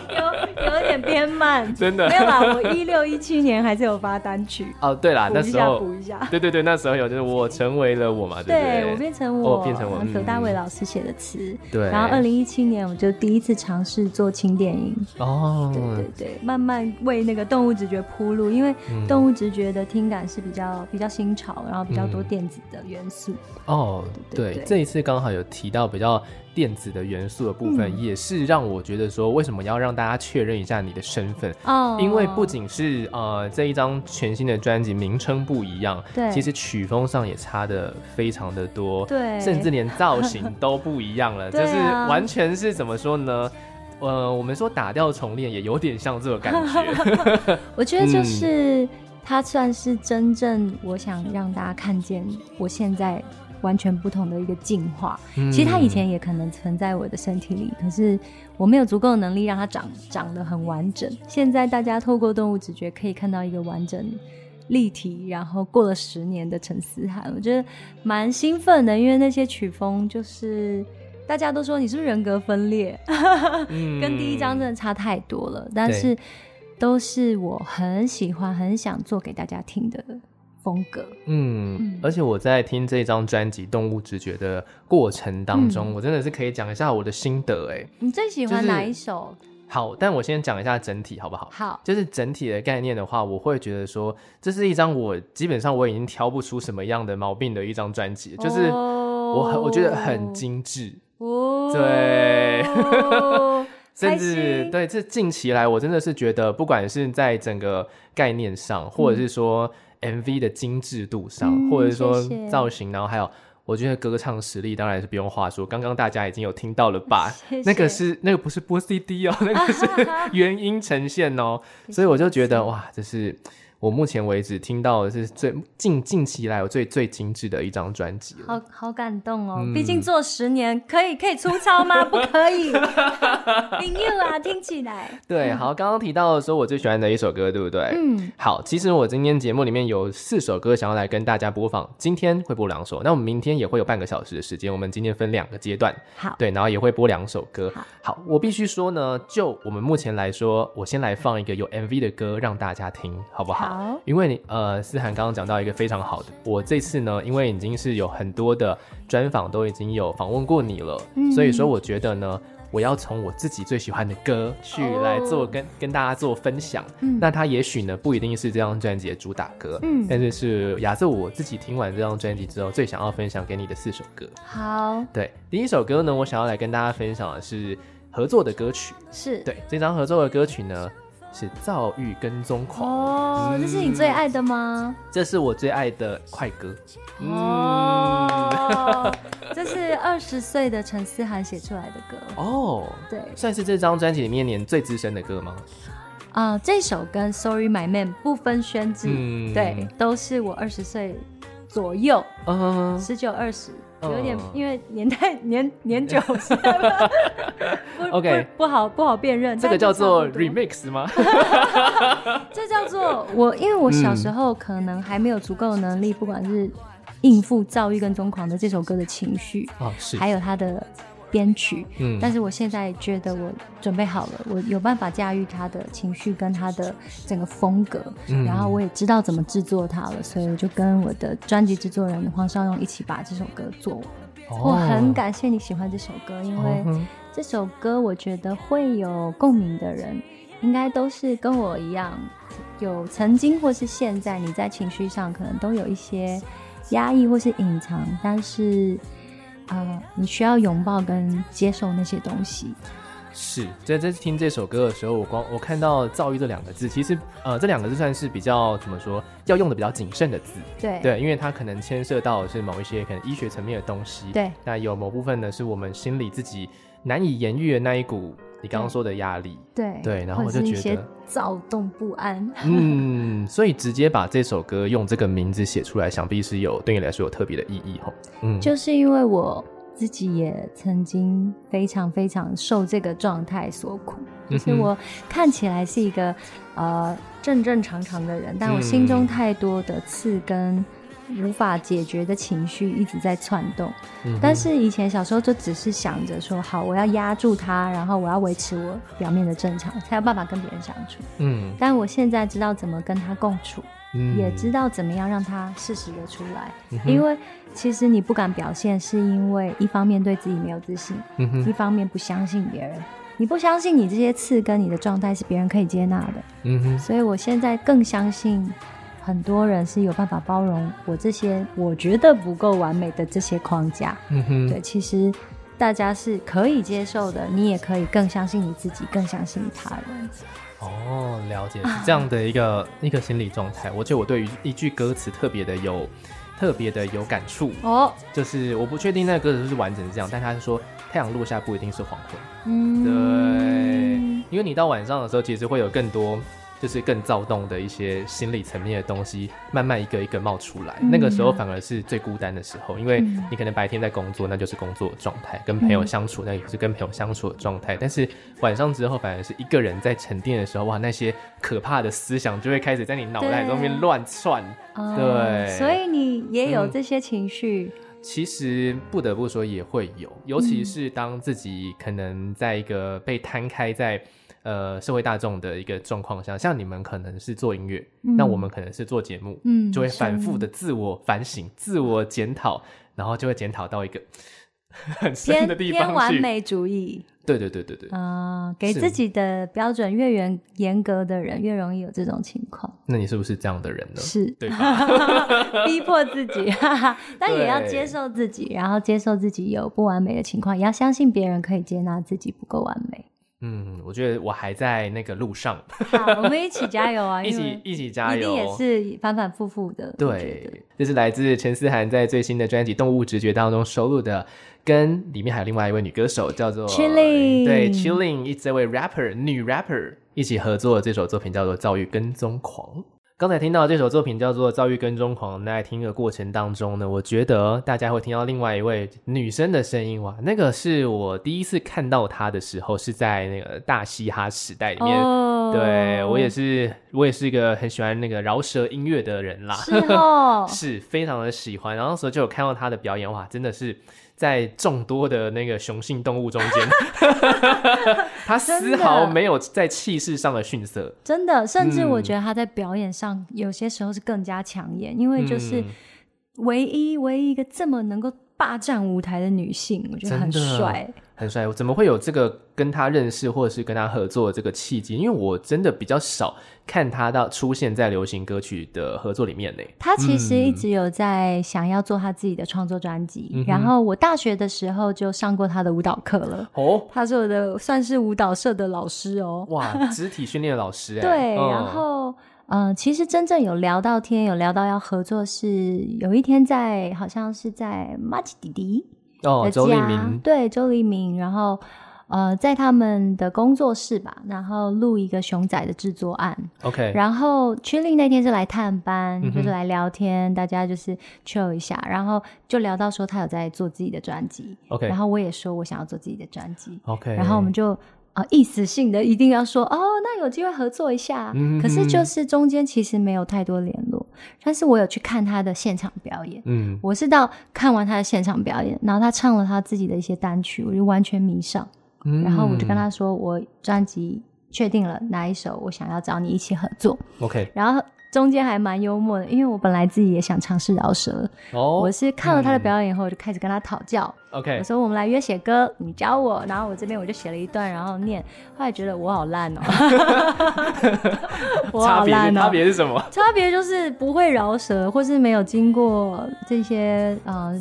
Speaker 2: 有有点
Speaker 1: *laughs*，
Speaker 2: 偏慢
Speaker 1: 真的
Speaker 2: 没。有啦，我一六一七年还是有发单曲，
Speaker 1: 哦，对啦，
Speaker 2: 补
Speaker 1: 那
Speaker 2: 一
Speaker 1: 时
Speaker 2: 下
Speaker 1: 候
Speaker 2: 补一下。
Speaker 1: 对对对，那时候有就是我成为了我嘛，对不
Speaker 2: 我变成
Speaker 1: 哦
Speaker 2: 我，呃
Speaker 1: 变成我嗯
Speaker 2: 葛大卫老师写的词，
Speaker 1: 对
Speaker 2: 然后二零一七一年我就第一次尝试做轻电影，
Speaker 1: 哦，
Speaker 2: 对对对，慢慢为那个动物直觉铺路，因为
Speaker 1: 嗯
Speaker 2: 动物直觉的听感是比较比较新潮，然后比较多
Speaker 1: 嗯
Speaker 2: 电子的元素。
Speaker 1: 哦，
Speaker 2: 对对
Speaker 1: 对，
Speaker 2: 对
Speaker 1: 这一次刚好有提到比较电子的元素的部分，
Speaker 2: 嗯
Speaker 1: 也是让我觉得说，为什么要让大家确认一下你的身份？
Speaker 2: 哦，
Speaker 1: 因为不仅是呃这一张全新的专辑名称不一样，
Speaker 2: 对
Speaker 1: 其实曲风上也差的非常的多，
Speaker 2: 对
Speaker 1: 甚至连造
Speaker 2: *laughs*
Speaker 1: 型都不一样了，
Speaker 2: 对
Speaker 1: 就是
Speaker 2: 啊
Speaker 1: 完全是怎么说呢？呃，我们说打掉重练也有点像这个感
Speaker 2: *laughs*
Speaker 1: 觉，
Speaker 2: 我觉得就
Speaker 1: 嗯
Speaker 2: 是它算是真正我想让大家看见我现在完全不同的一个进化。嗯
Speaker 1: 嗯
Speaker 2: 其实它以前也可能存在我的身体里，可是我没有足够的能力让它长长得很完整。现在大家透过动物直觉可以看到一个完整。立体，然后过了十年的陈思涵，我觉得蛮兴奋的，因为那些曲风就是大家都说你是不是人格分裂，
Speaker 1: 嗯
Speaker 2: 跟第一张真的差太多了，但
Speaker 1: 对
Speaker 2: 是都是我很喜欢、很想做给大家听的风格。
Speaker 1: 嗯
Speaker 2: 嗯，
Speaker 1: 而且我在听这张专辑《动物直觉》的过程当中，
Speaker 2: 嗯
Speaker 1: 我真的是可以讲一下我的心得哎。
Speaker 2: 你最喜
Speaker 1: 就
Speaker 2: 欢
Speaker 1: 是
Speaker 2: 哪一首？
Speaker 1: 好，但我先讲一下整体好不好？
Speaker 2: 好，
Speaker 1: 就是整体的概念的话，我会觉得说，这是一张我基本上我已经挑不出什么样的毛病的一张专辑，就是我很我觉得很精致，
Speaker 2: 哦，
Speaker 1: 对甚
Speaker 2: 开
Speaker 1: 至
Speaker 2: 心
Speaker 1: 对这近期来，我真的是觉得，不管是在整个概念上，或者是说 MV 的精致度上，
Speaker 2: 嗯
Speaker 1: 或者说
Speaker 2: 谢谢
Speaker 1: 造型，然后还有。我觉得歌唱实力当然是不用话说，刚刚大家已经有听到了吧？
Speaker 2: *laughs* 谢谢啊
Speaker 1: 那个是那个不是播 CD 哦， *laughs* 那个是原音呈现哦，
Speaker 2: 谢谢
Speaker 1: 所以我就觉
Speaker 2: 谢
Speaker 1: 得
Speaker 2: 谢
Speaker 1: 哇，这是我目前为止听到的是最近近期来我最最精致的一张专辑了。
Speaker 2: 好好感动哦！
Speaker 1: 嗯
Speaker 2: 毕竟做十年，可以可以粗糙吗？不
Speaker 1: *laughs*
Speaker 2: 可以，林佑啊，听起来，
Speaker 1: 对，好，刚刚提到的说我最喜欢的一首歌，对不对？
Speaker 2: 嗯，
Speaker 1: 好，其实我今天节目里面有四首歌想要来跟大家播放，今天会播两首，那我们明天也会有半个小时的时间，我们今天分两个阶段，
Speaker 2: 好，
Speaker 1: 对，然后也会播两首歌。
Speaker 2: 好
Speaker 1: 我必须说呢，就我们目前来说，我先来放一个有 MV 的歌让大家听，好不好？
Speaker 2: 好
Speaker 1: 因为你呃，思涵刚刚讲到一个非常好的，我这次呢，因为已经是有很多的专访都已经有访问过你了，
Speaker 2: 嗯
Speaker 1: 所以说我觉得呢。我要从我自己最喜欢的歌去
Speaker 2: 哦
Speaker 1: 来做跟、跟大家做分享，
Speaker 2: 嗯
Speaker 1: 那它也许呢不一定是这张专辑的主打歌，
Speaker 2: 嗯
Speaker 1: 但是是亚瑟我自己听完这张专辑之后最想要分享给你的四首歌。
Speaker 2: 好
Speaker 1: 对，第一首歌呢，我想要来跟大家分享的是合作的歌曲。
Speaker 2: 是，
Speaker 1: 对，这张合作的歌曲呢是《躁郁跟踪狂》，
Speaker 2: 哦，这是你最爱的吗？
Speaker 1: 这是我最爱的快歌。嗯
Speaker 2: 哦，这是二十岁的陈思涵写出来的歌。
Speaker 1: 哦，
Speaker 2: 对
Speaker 1: 算是这张专辑里面年最资深的歌吗？
Speaker 2: 啊、这首跟《Sorry My Man》不分轩制，
Speaker 1: 嗯
Speaker 2: 对，都是我二十岁左右，
Speaker 1: 嗯，
Speaker 2: 十九二十，有点、
Speaker 1: 嗯
Speaker 2: 因为年代 *laughs* 年
Speaker 1: *laughs*
Speaker 2: 年久失不
Speaker 1: OK
Speaker 2: 不不好不好辨认。
Speaker 1: 这个
Speaker 2: 但
Speaker 1: 叫
Speaker 2: 就差不
Speaker 1: 做
Speaker 2: 多
Speaker 1: remix
Speaker 2: *laughs*
Speaker 1: 吗？
Speaker 2: 这叫做我，因为我小时候可能还没有足够的能力，不管是应付躁郁跟中狂的这首歌的情绪，
Speaker 1: 哦，是，
Speaker 2: 还有它的编曲，
Speaker 1: 嗯
Speaker 2: 但是我现在觉得我准备好了，我有办法驾驭他的情绪跟他的整个风格，
Speaker 1: 嗯
Speaker 2: 然后我也知道怎么制作它了，所以我就跟我的专辑制作人黄少勇一起把这首歌做完。
Speaker 1: 哦
Speaker 2: 我很感谢你喜欢这首歌，因为
Speaker 1: 嗯哼
Speaker 2: 这首歌我觉得会有共鸣的人，应该都是跟我一样，有曾经或是现在你在情绪上可能都有一些压抑或是隐藏，但是。呃，你需要拥抱跟接受那些东西，
Speaker 1: 是，在在听这首歌的时候，我光我看到“躁郁”这两个字，其实呃，这两个字算是比较怎么说，要用的比较谨慎的字。
Speaker 2: 对
Speaker 1: 对，因为它可能牵涉到的是某一些可能医学层面的东西。
Speaker 2: 对，
Speaker 1: 那有某部分呢是我们心里自己难以言喻的那一股，你刚刚说的压力。
Speaker 2: 对
Speaker 1: 对然后
Speaker 2: 或者
Speaker 1: 我就是
Speaker 2: 一
Speaker 1: 觉
Speaker 2: 些
Speaker 1: 得
Speaker 2: 躁动不安，
Speaker 1: *laughs* 嗯，所以直接把这首歌用这个名字写出来，想必是有对你来说有特别的意义吼。嗯，
Speaker 2: 就是因为我自己也曾经非常非常受这个状态所苦，就是
Speaker 1: 嗯哼
Speaker 2: 我看起来是一个呃正正常常的人，但我
Speaker 1: 嗯
Speaker 2: 心中太多的刺跟无法解决的情绪一直在窜动。
Speaker 1: 嗯
Speaker 2: 但是以前小时候就只是想着说，好，我要压住它，然后我要维持我表面的正常，才有办法跟别人相处。
Speaker 1: 嗯
Speaker 2: 但我现在知道怎么跟它共处，
Speaker 1: 嗯
Speaker 2: 也知道怎么样让它适时的出来。因为其实你不敢表现，是因为一方面对自己没有自信，
Speaker 1: 嗯哼
Speaker 2: 一方面不相信别人。你不相信你这些刺跟你的状态是别人可以接纳的，
Speaker 1: 嗯哼
Speaker 2: 所以我现在更相信很多人是有办法包容我这些我觉得不够完美的这些框架。
Speaker 1: 嗯哼
Speaker 2: 对，其实大家是可以接受的，你也可以更相信你自己，更相信他人。
Speaker 1: 哦，了解是这样的一
Speaker 2: *laughs*
Speaker 1: 个一个心理状态。我觉得我对于一句歌词特别的有特别的有感触，
Speaker 2: 哦，
Speaker 1: 就是我不确定那个歌词是不是完整是这样，但他是说太阳落下不一定是黄昏，
Speaker 2: 嗯，
Speaker 1: 对，因为你到晚上的时候，其实会有更多。就是更躁动的一些心理层面的东西，慢慢一个一个冒出来。
Speaker 2: 嗯
Speaker 1: 那个时候反而是最孤单的时候，因为你可能白天在工作，那就是工作的状态；跟朋友相处，那也是跟朋友相处的状
Speaker 2: 嗯
Speaker 1: 态。但是晚上之后，反而是一个人在沉淀的时候，哇，那些可怕的思想就会开始在你脑袋
Speaker 2: 对
Speaker 1: 中面乱窜。
Speaker 2: 哦
Speaker 1: 对
Speaker 2: 所以你也有
Speaker 1: 嗯
Speaker 2: 这些情绪，
Speaker 1: 其实不得不说也会有，尤
Speaker 2: 嗯
Speaker 1: 其是当自己可能在一个被摊开在呃社会大众的一个状况下，像你们可能是做音乐，那我们可能是做节目，
Speaker 2: 嗯
Speaker 1: 就会反复的自我反省、自我检讨，然后就会检讨到一个 *laughs* 很深
Speaker 2: 偏
Speaker 1: 的地
Speaker 2: 偏
Speaker 1: 方
Speaker 2: 完
Speaker 1: 去。
Speaker 2: 美主义
Speaker 1: 对对对对对，
Speaker 2: 啊、给
Speaker 1: 是
Speaker 2: 自己的标准越严严格的人，越容易有这种情况，
Speaker 1: 那你是不是这样的人
Speaker 2: *laughs*
Speaker 1: 呢？
Speaker 2: 是
Speaker 1: 对吧？
Speaker 2: 逼迫
Speaker 1: *laughs*
Speaker 2: 自己， *laughs* 哈哈，但也要
Speaker 1: 对
Speaker 2: 接受自己，然后接受自己有不完美的情况，也要相信别人可以接纳自己不够完美。
Speaker 1: 嗯，我觉得我还在那个路上，
Speaker 2: 好，我们一起加
Speaker 1: *laughs*
Speaker 2: 油啊！
Speaker 1: 一
Speaker 2: 因
Speaker 1: 起
Speaker 2: 为
Speaker 1: 一起加
Speaker 2: 一定
Speaker 1: 油，
Speaker 2: 也是反反复复的。我觉得
Speaker 1: 对，这是来自陈思涵在最新的专辑《动物直觉》当中收录的，跟里面还有另外一位女歌手叫做
Speaker 2: Chilling
Speaker 1: 对 Chilling，一这位 rapper 女 rapper 一起合作的这首作品叫做《躁郁跟踪狂》。刚才听到这首作品叫做《躁郁跟踪狂》，那在听的过程当中呢，我觉得大家会听到另外一位女生的声音哇，那个是我第一次看到她的时候是在那个大嘻哈时代里面，
Speaker 2: 哦
Speaker 1: 对我也是，我也是一个很喜欢那个饶舌音乐的人啦，
Speaker 2: 是
Speaker 1: *laughs*
Speaker 2: 哦。
Speaker 1: 是非常的喜欢。然后那时候就有看到他的表演，哇，真的是在众多的那个雄性动物中间， *laughs* 他丝毫没有在气势上的逊色。
Speaker 2: 真的，甚至
Speaker 1: 嗯
Speaker 2: 我觉得他在表演上有些时候是更加抢眼，因为就是
Speaker 1: 嗯
Speaker 2: 唯一唯一一个这么能够霸占舞台的女性，我觉得很
Speaker 1: 真的
Speaker 2: 帅。
Speaker 1: 很帅，我怎么会有这个跟他认识或者是跟他合作的这个契机？因为我真的比较少看他到出现在流行歌曲的合作里面呢。
Speaker 2: 他其实一
Speaker 1: 嗯
Speaker 2: 直有在想要做他自己的创作专辑，
Speaker 1: 嗯哼
Speaker 2: 然后我大学的时候就上过他的舞蹈课了，
Speaker 1: 哦，
Speaker 2: 他是我的算是舞蹈社的老师哦。 *laughs*
Speaker 1: 哇，肢体训练老师哎，
Speaker 2: 对，
Speaker 1: 嗯
Speaker 2: 然后呃，其实真正有聊到天，有聊到要合作是有一天在好像是在马吉弟弟
Speaker 1: 哦，
Speaker 2: 的
Speaker 1: 周
Speaker 2: 家，
Speaker 1: 立明，
Speaker 2: 对周黎明，然后呃在他们的工作室吧，然后录一个熊仔的制作案，
Speaker 1: ，OK，
Speaker 2: *laughs* 然后 Chilling 那天是来探班，
Speaker 1: 嗯哼
Speaker 2: 就是来聊天，大家就是 chill 一下，然后就聊到说他有在做自己的专辑
Speaker 1: OK
Speaker 2: 然后我也说我想要做自己的专辑，
Speaker 1: OK，
Speaker 2: 然后我们就啊、呃意识性的一定要说哦，那有机会合作一下。
Speaker 1: 嗯
Speaker 2: 可是
Speaker 1: 嗯
Speaker 2: 就是中间其实没有太多联络，但是我有去看他的现场表演。
Speaker 1: 嗯
Speaker 2: 我是到看完他的现场表演，然后他唱了他自己的一些单曲，我就完全迷上。
Speaker 1: 嗯
Speaker 2: 然后我就跟他说，我专辑确定了哪一首，我想要找你一起合作。
Speaker 1: 嗯 OK，
Speaker 2: 然后中间还蛮幽默的，因为我本来自己也想尝试饶舌，
Speaker 1: 哦，
Speaker 2: 我是看了他的
Speaker 1: 嗯
Speaker 2: 表演以后，我就开始跟他讨教。
Speaker 1: OK，
Speaker 2: 我说我们来约写歌，你教我，然后我这边我就写了一段，然后念，后来觉得我好烂
Speaker 1: *laughs*
Speaker 2: 哦， *laughs* 我
Speaker 1: 差
Speaker 2: 好
Speaker 1: 别是
Speaker 2: 烂哦
Speaker 1: 差。别是什么？
Speaker 2: 差别就是不会饶舌，或是没有经过这些呃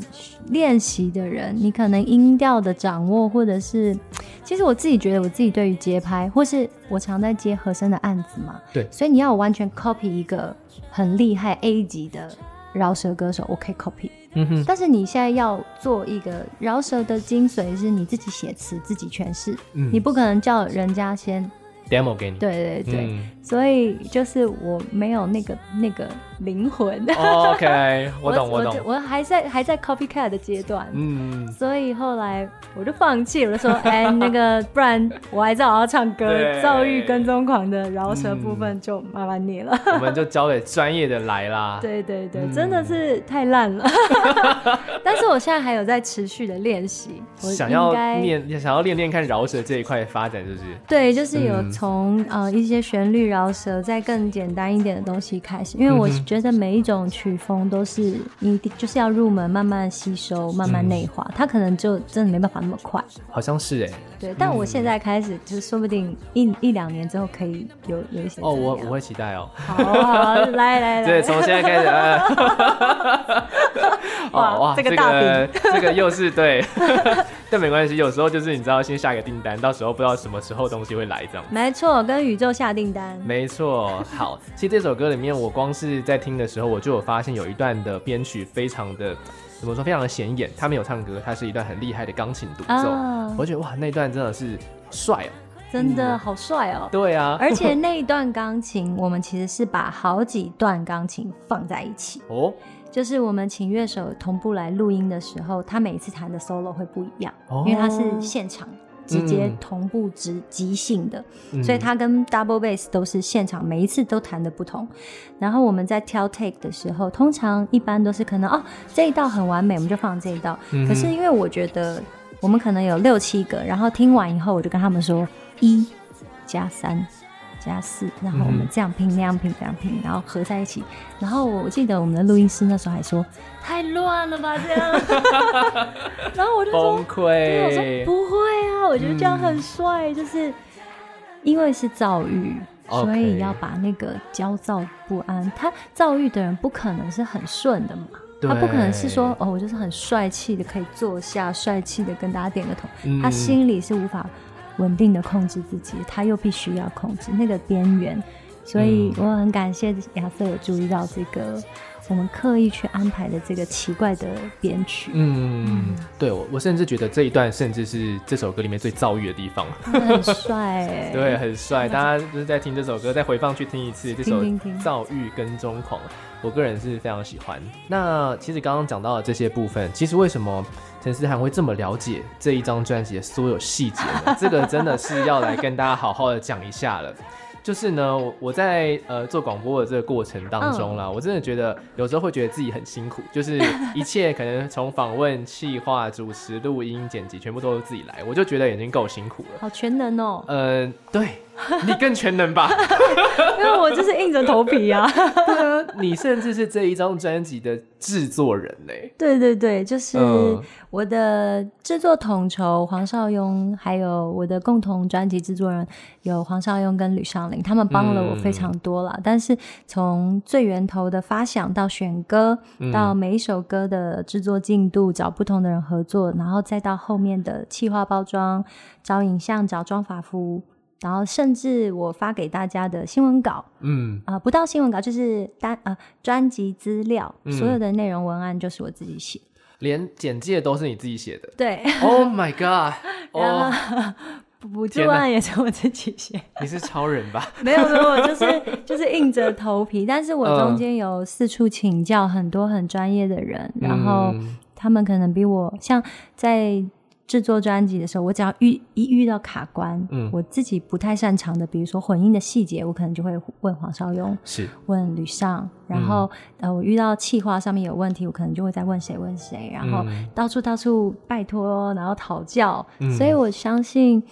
Speaker 2: 练习的人，你可能音调的掌握，或者是，其实我自己觉得我自己对于节拍，或是我常在接和声的案子嘛，
Speaker 1: 对
Speaker 2: 所以你要我完全 copy 一个很厉害 A 级的饶舌歌手，我可以 copy，
Speaker 1: 嗯哼，
Speaker 2: 但是你现在要做一个饶舌的精髓，是你自己写词、自己诠释，
Speaker 1: 嗯
Speaker 2: 你不可能叫人家先
Speaker 1: demo 给你。
Speaker 2: 对对对，
Speaker 1: 嗯
Speaker 2: 所以就是我没有那个那个灵魂。
Speaker 1: 哦 OK，我懂
Speaker 2: *laughs* 我
Speaker 1: 我懂，
Speaker 2: 我还在还在 copycat 的阶段。
Speaker 1: 嗯，
Speaker 2: 所以后来我就放弃了，我就说：“ *laughs* 哎、那个，不然我还是好好唱歌。
Speaker 1: 对嗯
Speaker 2: 躁郁跟踪狂的饶舌部分就麻烦你
Speaker 1: *laughs*
Speaker 2: 了。
Speaker 1: 我们就交给专业的来啦。
Speaker 2: *laughs* 对对对，
Speaker 1: 嗯
Speaker 2: 真的是太烂了。 *laughs* 但是我现在还有在持续的练习，我
Speaker 1: 想要
Speaker 2: 应该
Speaker 1: 练，想要练练看饶舌这一块发展，是不是？
Speaker 2: 对，就是有
Speaker 1: 嗯
Speaker 2: 从、呃一些旋律饶舌，再更简单一点的东西开始，因为我
Speaker 1: 嗯哼
Speaker 2: 觉得每一种曲风都是一定就是要入门，慢慢吸收，慢慢
Speaker 1: 嗯
Speaker 2: 内化，它可能就真的没办法那么快。
Speaker 1: 好像是哎、
Speaker 2: 对，但我现在开始，就是说不定一一两年之后可以有有一些
Speaker 1: 哦，我我
Speaker 2: 这样
Speaker 1: 会期待哦。
Speaker 2: 好啊好啊
Speaker 1: *laughs*
Speaker 2: 来来来，
Speaker 1: 对，从现在开始。
Speaker 2: *laughs*
Speaker 1: 哎
Speaker 2: 哇
Speaker 1: 哦哇，
Speaker 2: 这个大
Speaker 1: 这个 *laughs* 这个又是对， *laughs* 但没关系，有时候就是你知道，先下个订单，到时候不知道什么时候东西会来，这样。
Speaker 2: 没错，跟宇宙下订单，
Speaker 1: 没错，好，其实这首歌里面，我光是在听的时候，我就有发现有一段的编曲非常的。怎么说？非常的显眼。他没有唱歌，他是一段很厉害的钢琴独奏。
Speaker 2: 啊
Speaker 1: 我觉得哇，那段真的是好帅哦。
Speaker 2: 真的好帅哦。
Speaker 1: 对啊，
Speaker 2: 而且那一段钢琴，我们其实是把好几段钢琴放在一起，
Speaker 1: 哦
Speaker 2: 就是我们请乐手同步来录音的时候，他每一次弹的 solo 会不一样，
Speaker 1: 哦
Speaker 2: 因为它是现场直接
Speaker 1: 嗯
Speaker 2: 同步直即兴的，
Speaker 1: 嗯
Speaker 2: 所以它跟 double bass 都是现场每一次都弹的不同。然后我们在挑 take 的时候，通常一般都是可能哦这一道很完美，我们就放这一道。
Speaker 1: 嗯哼
Speaker 2: 可是因为我觉得我们可能有六七个，然后听完以后我就跟他们说一加三。加四，然后我
Speaker 1: 嗯
Speaker 2: 们
Speaker 1: 哼
Speaker 2: 这样拼那样拼这样拼，然后合在一起。然后我记得我们的录音师那时候还说太乱了吧这
Speaker 1: *laughs*
Speaker 2: 样，然后我就说
Speaker 1: 崩
Speaker 2: 对，我说
Speaker 1: 溃。
Speaker 2: 不会啊，我觉得这样很帅，就是因为是躁郁。
Speaker 1: 嗯 OK
Speaker 2: 所以要把那个焦躁不安，他躁郁的人不可能是很顺的嘛，
Speaker 1: 对
Speaker 2: 嗯他不可能是说哦，我就是很帅气的可以坐下，帅气的跟大家点个头，
Speaker 1: 嗯
Speaker 2: 他心里是无法稳定的控制自己，他又必须要控制那个边缘，所以
Speaker 1: 嗯
Speaker 2: 我很感谢亚瑟有注意到这个我们刻意去安排的这个奇怪的编曲，
Speaker 1: 嗯，对我，我甚至觉得这一段甚至是这首歌里面最躁郁的地方。，
Speaker 2: 真的很帅、
Speaker 1: *laughs*
Speaker 2: 欸
Speaker 1: 对，很帅。大家就是在听这首歌，再回放去听一次这首
Speaker 2: 听听
Speaker 1: 《
Speaker 2: 听
Speaker 1: 躁郁跟踪狂》，我个人是非常喜欢。那其实刚刚讲到的这些部分，其实为什么陈思涵会这么了解这一张专辑的所有细节呢？ *laughs* 这个真的是要来跟大家好好的讲一下了。就是呢，我我在呃做广播的这个过程当中啦，我真的觉得有时候会觉得自己很辛苦，就是一切可能从访问、企划、主持、录音、剪辑，全部都是自己来，我就觉得已经够辛苦了。，
Speaker 2: 好全能哦
Speaker 1: 呃，对你更全能 *laughs* 吧？
Speaker 2: 因为我就是硬着头皮 *laughs* 啊。
Speaker 1: 你甚至是这一张专辑的制作人呢、
Speaker 2: 对对对，就是
Speaker 1: 嗯
Speaker 2: 我的制作统筹黄少庸，还有我的共同专辑制作人有黄少庸跟吕尚林，他们帮了我非常多啦。但是从最源头的发想到选歌，到每一首歌的制作进度，找不同的人合作，然后再到后面的企划包装、找影像、找装法服，然后甚至我发给大家的新闻稿。
Speaker 1: 嗯，
Speaker 2: 啊、不到新闻稿就是单啊专辑资料，
Speaker 1: 嗯
Speaker 2: 所有的内容文案就是我自己写。
Speaker 1: 连简介都是你自己写
Speaker 2: *laughs*
Speaker 1: 的。
Speaker 2: 对，
Speaker 1: Oh my god！哦
Speaker 2: *laughs* 然，后
Speaker 1: *laughs*
Speaker 2: 补
Speaker 1: 天
Speaker 2: 助
Speaker 1: 哪
Speaker 2: 案也是我自己写，
Speaker 1: 你是超人吧？
Speaker 2: 没有没有，我 *laughs* 就是就是硬着头皮。但是我
Speaker 1: 嗯
Speaker 2: 中间有四处请教很多很专业的人， *laughs* 然后
Speaker 1: 嗯
Speaker 2: 他们可能比我像在。制作专辑的时候，我只要遇一遇到卡关，
Speaker 1: 嗯
Speaker 2: 我自己不太擅长的，比如说混音的细节，我可能就会问黄少庸，
Speaker 1: 是
Speaker 2: 问吕尚，然
Speaker 1: 嗯
Speaker 2: 后、呃，我遇到企划上面有问题，我可能就会再问谁问谁，然后
Speaker 1: 嗯
Speaker 2: 到处到处拜托，然后讨教。
Speaker 1: 嗯
Speaker 2: 所以我相信，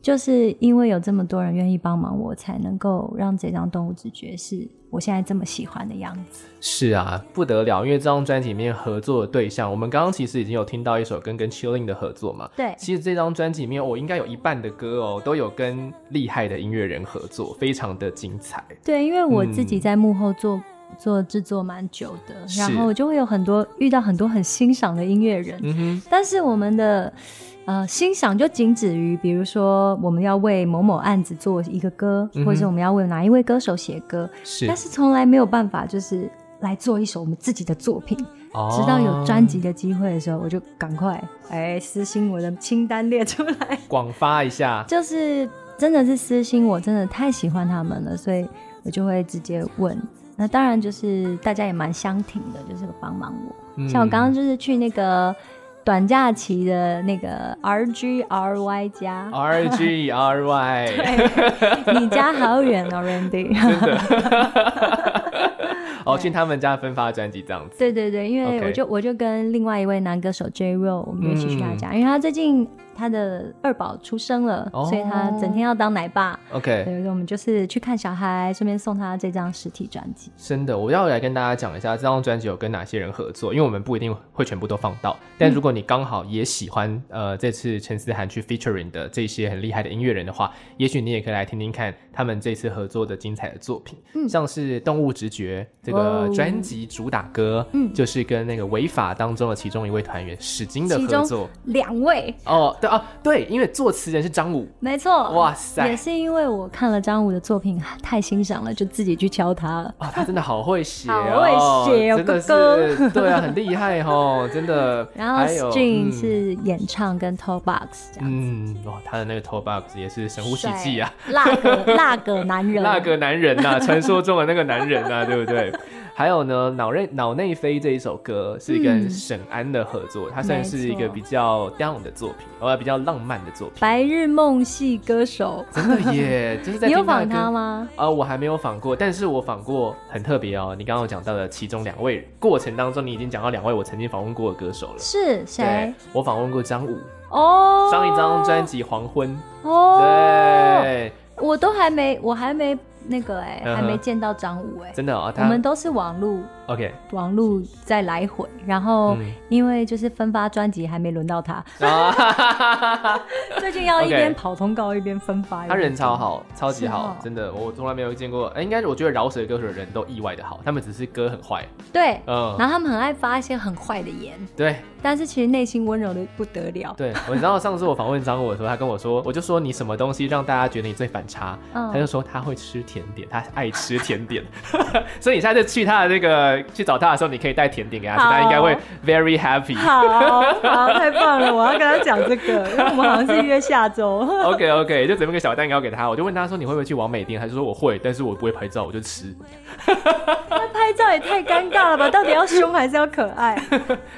Speaker 2: 就是因为有这么多人愿意帮忙我，才能够让这张《动物直觉》是我现在这么喜欢的样子。
Speaker 1: 是啊，不得了！因为这张专辑里面合作的对象，我们刚刚其实已经有听到一首跟跟 Chilling 的合作嘛。
Speaker 2: 对
Speaker 1: 其实这张专辑里面，我、应该有一半的歌哦，都有跟厉害的音乐人合作，非常的精彩。
Speaker 2: 对，因为我
Speaker 1: 嗯
Speaker 2: 自己在幕后做。做制作蛮久的，
Speaker 1: 是
Speaker 2: 然后我就会有很多遇到很多很欣赏的音乐人，
Speaker 1: 嗯哼，
Speaker 2: 但是我们的呃欣赏就仅止于，比如说我们要为某某案子做一个歌，
Speaker 1: 嗯哼
Speaker 2: 或者是我们要为哪一位歌手写歌，
Speaker 1: 是。
Speaker 2: 但是从来没有办法就是来做一首我们自己的作品。
Speaker 1: 哦
Speaker 2: 直到有专辑的机会的时候，我就赶快哎私信我的清单列出来， *laughs*
Speaker 1: 广发一下，
Speaker 2: 就是。真的是私心，我真的太喜欢他们了，所以我就会直接问。那当然就是大家也蛮相挺的，就是帮忙我。
Speaker 1: 嗯
Speaker 2: 像我刚刚就是去那个短假期的那个 R G R Y 家， *laughs*
Speaker 1: R G R Y，
Speaker 2: 你家好远哦，Randy。
Speaker 1: *laughs* 哦，去他们家分发专辑这样子。
Speaker 2: 对对对，因为
Speaker 1: OK
Speaker 2: 我就我就跟另外一位男歌手 J Ro，我们就一起去
Speaker 1: 嗯
Speaker 2: 他家，因为他最近他的二宝出生了，
Speaker 1: 哦
Speaker 2: 所以他整天要当奶爸。
Speaker 1: OK，
Speaker 2: 对，我们就是去看小孩，顺便送他这张实体专辑。
Speaker 1: 真的，我要来跟大家讲一下这张专辑有跟哪些人合作，因为我们不一定会全部都放到，
Speaker 2: 嗯
Speaker 1: 但如果你刚好也喜欢呃这次陈思涵去 featuring 的这些很厉害的音乐人的话，也许你也可以来听听看他们这次合作的精彩的作品，像是《动物直觉》这个
Speaker 2: 嗯哦
Speaker 1: 专辑主打歌，
Speaker 2: 嗯
Speaker 1: 就是跟那个违法当中的其中一位团员史金的
Speaker 2: 其
Speaker 1: 合
Speaker 2: 中
Speaker 1: 作。
Speaker 2: 两位，
Speaker 1: 哦，对啊，对，因为作词人是张武，
Speaker 2: 没错，
Speaker 1: 哇塞
Speaker 2: 也是因为我看了张武的作品太欣赏了，就自己去敲他了。
Speaker 1: 啊，他真的好会写、哦，
Speaker 2: 好会写哦
Speaker 1: 真的
Speaker 2: 哥
Speaker 1: 是， *laughs* 对啊，很厉害哦，真 *laughs* 的。
Speaker 2: 然后
Speaker 1: 还有
Speaker 2: String、
Speaker 1: 嗯
Speaker 2: 是演唱跟 t o b o x 这样。
Speaker 1: 嗯，哇，他的那个 t o b o x 也是神乎其技啊，
Speaker 2: 帅！
Speaker 1: *laughs*
Speaker 2: 辣个辣个男人，
Speaker 1: 那个男人 *laughs* 呐、传说中的那个男人啊呐、对不对？ *laughs* 还有呢，脑内脑内飞这一首歌是跟
Speaker 2: 嗯
Speaker 1: 沈安的合作，它算是一
Speaker 2: 没
Speaker 1: 个
Speaker 2: 错
Speaker 1: 比较 down 的作品，呃，比较浪漫的作品。
Speaker 2: 白日梦系歌手，
Speaker 1: 真的 *laughs* 耶，就是在
Speaker 2: 你有
Speaker 1: 听他的
Speaker 2: 仿
Speaker 1: 歌
Speaker 2: 他吗？
Speaker 1: 啊、我还没有访过，但是我访过很特别哦。你刚刚有讲到的其中两位过程当中，你已经讲到两位我曾经访问过的歌手了。
Speaker 2: 是
Speaker 1: 对
Speaker 2: 谁？，
Speaker 1: 我访问过张武，
Speaker 2: 哦，
Speaker 1: 上一张专辑《黄昏》
Speaker 2: 哦，
Speaker 1: 对，
Speaker 2: 我都还没，我还没那个哎、
Speaker 1: 嗯哼
Speaker 2: 还没见到张武哎、
Speaker 1: 真的哦，
Speaker 2: 我
Speaker 1: 他
Speaker 2: 们都是网路
Speaker 1: OK，
Speaker 2: 网路在来回，然后
Speaker 1: 嗯
Speaker 2: 因为就是分发专辑还没轮
Speaker 1: *laughs*
Speaker 2: 到他，
Speaker 1: 啊，哈哈哈哈
Speaker 2: 最近要一
Speaker 1: OK
Speaker 2: 边跑通告一边分发。
Speaker 1: 他人超好，超级
Speaker 2: 是
Speaker 1: 好
Speaker 2: 哦，
Speaker 1: 真的，我从来没有见过。哎，应该是我觉得饶舌歌手的人都意外的好，他们只是歌很坏，
Speaker 2: 对，然
Speaker 1: 嗯，
Speaker 2: 后他们很爱发一些很坏的言，
Speaker 1: 对
Speaker 2: 但是其实内心温柔的不得了。
Speaker 1: 对。我知道上次我访问张武的时候，他跟我说，我就说你什么东西让大家觉得你最反差，
Speaker 2: 嗯
Speaker 1: 他就说他会吃甜点，他爱吃甜点， *laughs* 所以你下次去他的那个去找他的时候，你可以带甜点给他吃，
Speaker 2: 好
Speaker 1: 他应该会 very happy。
Speaker 2: 好好，太棒了！我要跟他讲这 *laughs* 个，因为我们好像是约下周。
Speaker 1: OK OK，就准备个小蛋糕给他，我就问他说你会不会去王美店，他就说我会，但是我不会拍照，我就吃。
Speaker 2: 他拍照也太尴尬了 *laughs* 吧？到底要凶还是要可爱？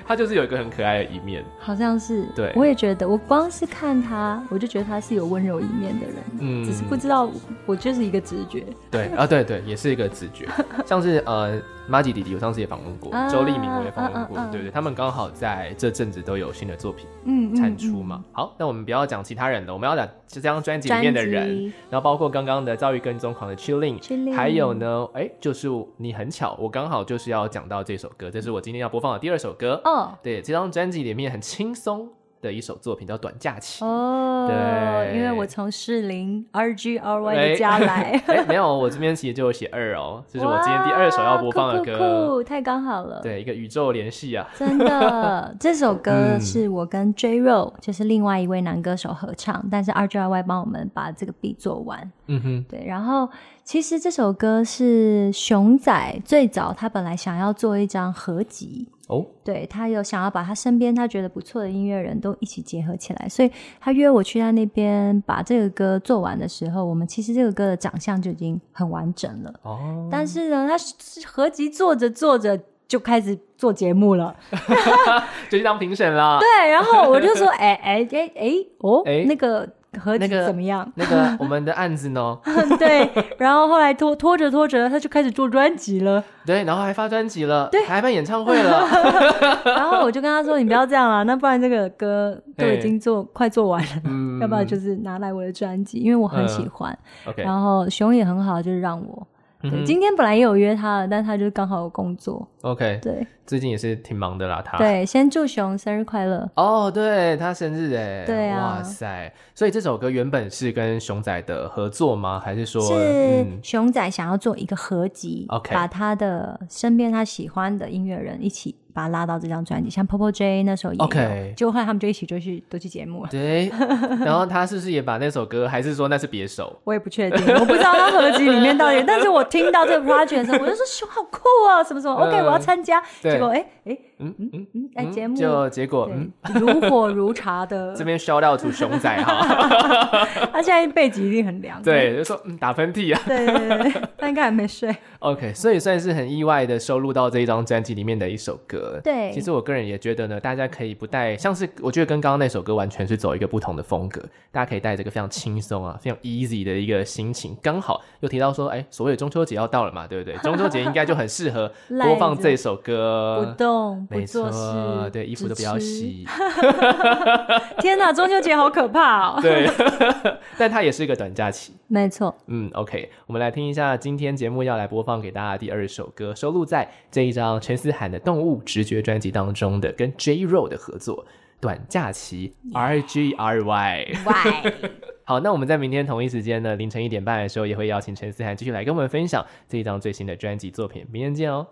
Speaker 1: 他就是有一个很可爱的一面，
Speaker 2: 好像是，
Speaker 1: 对
Speaker 2: 我也觉得，我光是看他，我就觉得他是有温柔一面的人，
Speaker 1: 嗯
Speaker 2: 只是不知道，我就是一个直觉。
Speaker 1: 对啊对对，也是一个直觉，像是呃马吉弟弟，我上次也访问过，
Speaker 2: 啊
Speaker 1: 周立明我也访问过，
Speaker 2: 啊啊啊
Speaker 1: 对对，他们刚好在这阵子都有新的作品
Speaker 2: 嗯，嗯
Speaker 1: 产出嘛。。好，那我们不要讲其他人了，我们要讲这张专辑里面的
Speaker 2: 专
Speaker 1: 人
Speaker 2: 辑，
Speaker 1: 然后包括刚刚的遭遇跟踪狂的 Chilling。
Speaker 2: Chilling
Speaker 1: 还有呢，哎，就是你很巧，我刚好就是要讲到这首歌，这是我今天要播放的第二首歌。
Speaker 2: 嗯哦
Speaker 1: 对，这张专辑里面很轻松的一首作品叫《短假期》。
Speaker 2: 哦，
Speaker 1: 对
Speaker 2: 因为我从士林 R G R Y
Speaker 1: 哎。
Speaker 2: 的家来
Speaker 1: *laughs* 哎，没有，我这边其实就有写二哦，这是我今天第二首要播放的
Speaker 2: 哇酷酷
Speaker 1: 歌。
Speaker 2: 酷太刚好了。
Speaker 1: 对，一个宇宙联系啊。
Speaker 2: 真的，这首歌
Speaker 1: 嗯
Speaker 2: 是我跟 J Ro，、就是另外一位男歌手合唱，但是 R G R Y 帮我们把这个 B 做完。
Speaker 1: 嗯哼，
Speaker 2: 对，然后其实这首歌是熊仔最早他本来想要做一张合集，
Speaker 1: 哦，
Speaker 2: 对他有想要把他身边他觉得不错的音乐人都一起结合起来，所以他约我去他那边把这个歌做完的时候，我们其实这个歌的长相就已经很完整了。
Speaker 1: 哦，
Speaker 2: 但是呢，他是合集做着做着就开始做节目了。
Speaker 1: 就去当评审啦。
Speaker 2: 对，然后我
Speaker 1: *laughs*
Speaker 2: 就说，哎哎哎哎，哦，
Speaker 1: 哎
Speaker 2: 那个合
Speaker 1: 那
Speaker 2: 集
Speaker 1: 个
Speaker 2: 怎么样？ *laughs*
Speaker 1: 那个我们的案子呢？
Speaker 2: 对，然后后来拖拖着拖着，他就开始做专辑
Speaker 1: *laughs*
Speaker 2: 了。
Speaker 1: 对，然后还发专辑了，对，还办演唱会
Speaker 2: *laughs*
Speaker 1: 了。
Speaker 2: 然后我就跟他说，你不要这样啦，那不然这个歌都已经做快做完了，
Speaker 1: 哎嗯
Speaker 2: 要不然就是拿来我的专辑，因为我很喜欢。
Speaker 1: OK，
Speaker 2: 然后熊也很好，就是让我。
Speaker 1: 嗯
Speaker 2: 对，
Speaker 1: 哼
Speaker 2: 今天本来也有约他的，但他就刚好有工作。
Speaker 1: OK，
Speaker 2: 对、
Speaker 1: 最近也是挺忙的啦，他。。
Speaker 2: 对，先祝熊生日快乐。
Speaker 1: 哦，对他生日哎，
Speaker 2: 对啊
Speaker 1: 哇塞！所以这首歌原本是跟熊仔的合作吗？还是说
Speaker 2: 是
Speaker 1: 嗯
Speaker 2: 熊仔想要做一个合集
Speaker 1: OK
Speaker 2: 把他的身边他喜欢的音乐人一起把把他拉到这张专辑，像 Purple J 那时候也有
Speaker 1: OK
Speaker 2: 就后来他们就一起就去都去节目了。 *laughs*
Speaker 1: 对，然后他是不是也把那首歌，还是说那是别首？
Speaker 2: 我也不确定，我不知道他合集里面到
Speaker 1: *laughs*
Speaker 2: 底，但是我听到这个 project 的时候，我就说熊好酷哦，什么什么、o k
Speaker 1: 嗯
Speaker 2: 我要参加。
Speaker 1: 对
Speaker 2: 结果哎哎
Speaker 1: 嗯嗯嗯，
Speaker 2: 嗯哎，节目
Speaker 1: 就结果嗯，
Speaker 2: 对如火如
Speaker 1: *laughs*
Speaker 2: 茶的啊
Speaker 1: 这，边 shout out to 熊仔
Speaker 2: *laughs*
Speaker 1: 哈，
Speaker 2: 他现在背脊一定很凉。
Speaker 1: 对，就说嗯打喷嚏啊
Speaker 2: 对对对对，他应该还没
Speaker 1: *laughs*
Speaker 2: 睡。
Speaker 1: ，OK，所以算是很意外的收录到这一张专辑里面的一首歌。
Speaker 2: 对
Speaker 1: 其实我个人也觉得呢，大家可以不带，像是我觉得跟刚刚那首歌完全是走一个不同的风格，大家可以带着一个非常轻松啊、非常 easy 的一个心情，刚好又提到说，哎，所谓的中秋节要到了嘛，对不
Speaker 2: *laughs*
Speaker 1: 对？中秋节应该就很适合
Speaker 2: 赖
Speaker 1: 播放
Speaker 2: 着
Speaker 1: 这首歌，
Speaker 2: 不动不
Speaker 1: 呃没
Speaker 2: 做
Speaker 1: 错，
Speaker 2: 事，
Speaker 1: 对，衣服
Speaker 2: 只
Speaker 1: 都不要
Speaker 2: 吃。
Speaker 1: 洗。
Speaker 2: *laughs* 天哪，中秋节好可怕哦！
Speaker 1: 对， *laughs* 但它也是一个短假期。
Speaker 2: *laughs* 没错，
Speaker 1: 嗯，OK，我们来听一下今天节目要来播放给大家的第二首歌，收录在这一张陈思涵的《动物直觉》专辑当中的跟 J Ro 的合作。短假期 R G R Y，
Speaker 2: 喂，
Speaker 1: 好，那我们在明天同一时间呢，凌晨一点半的时候，也会邀请陈思涵继续来跟我们分享这一张最新的专辑作品。明天见哦。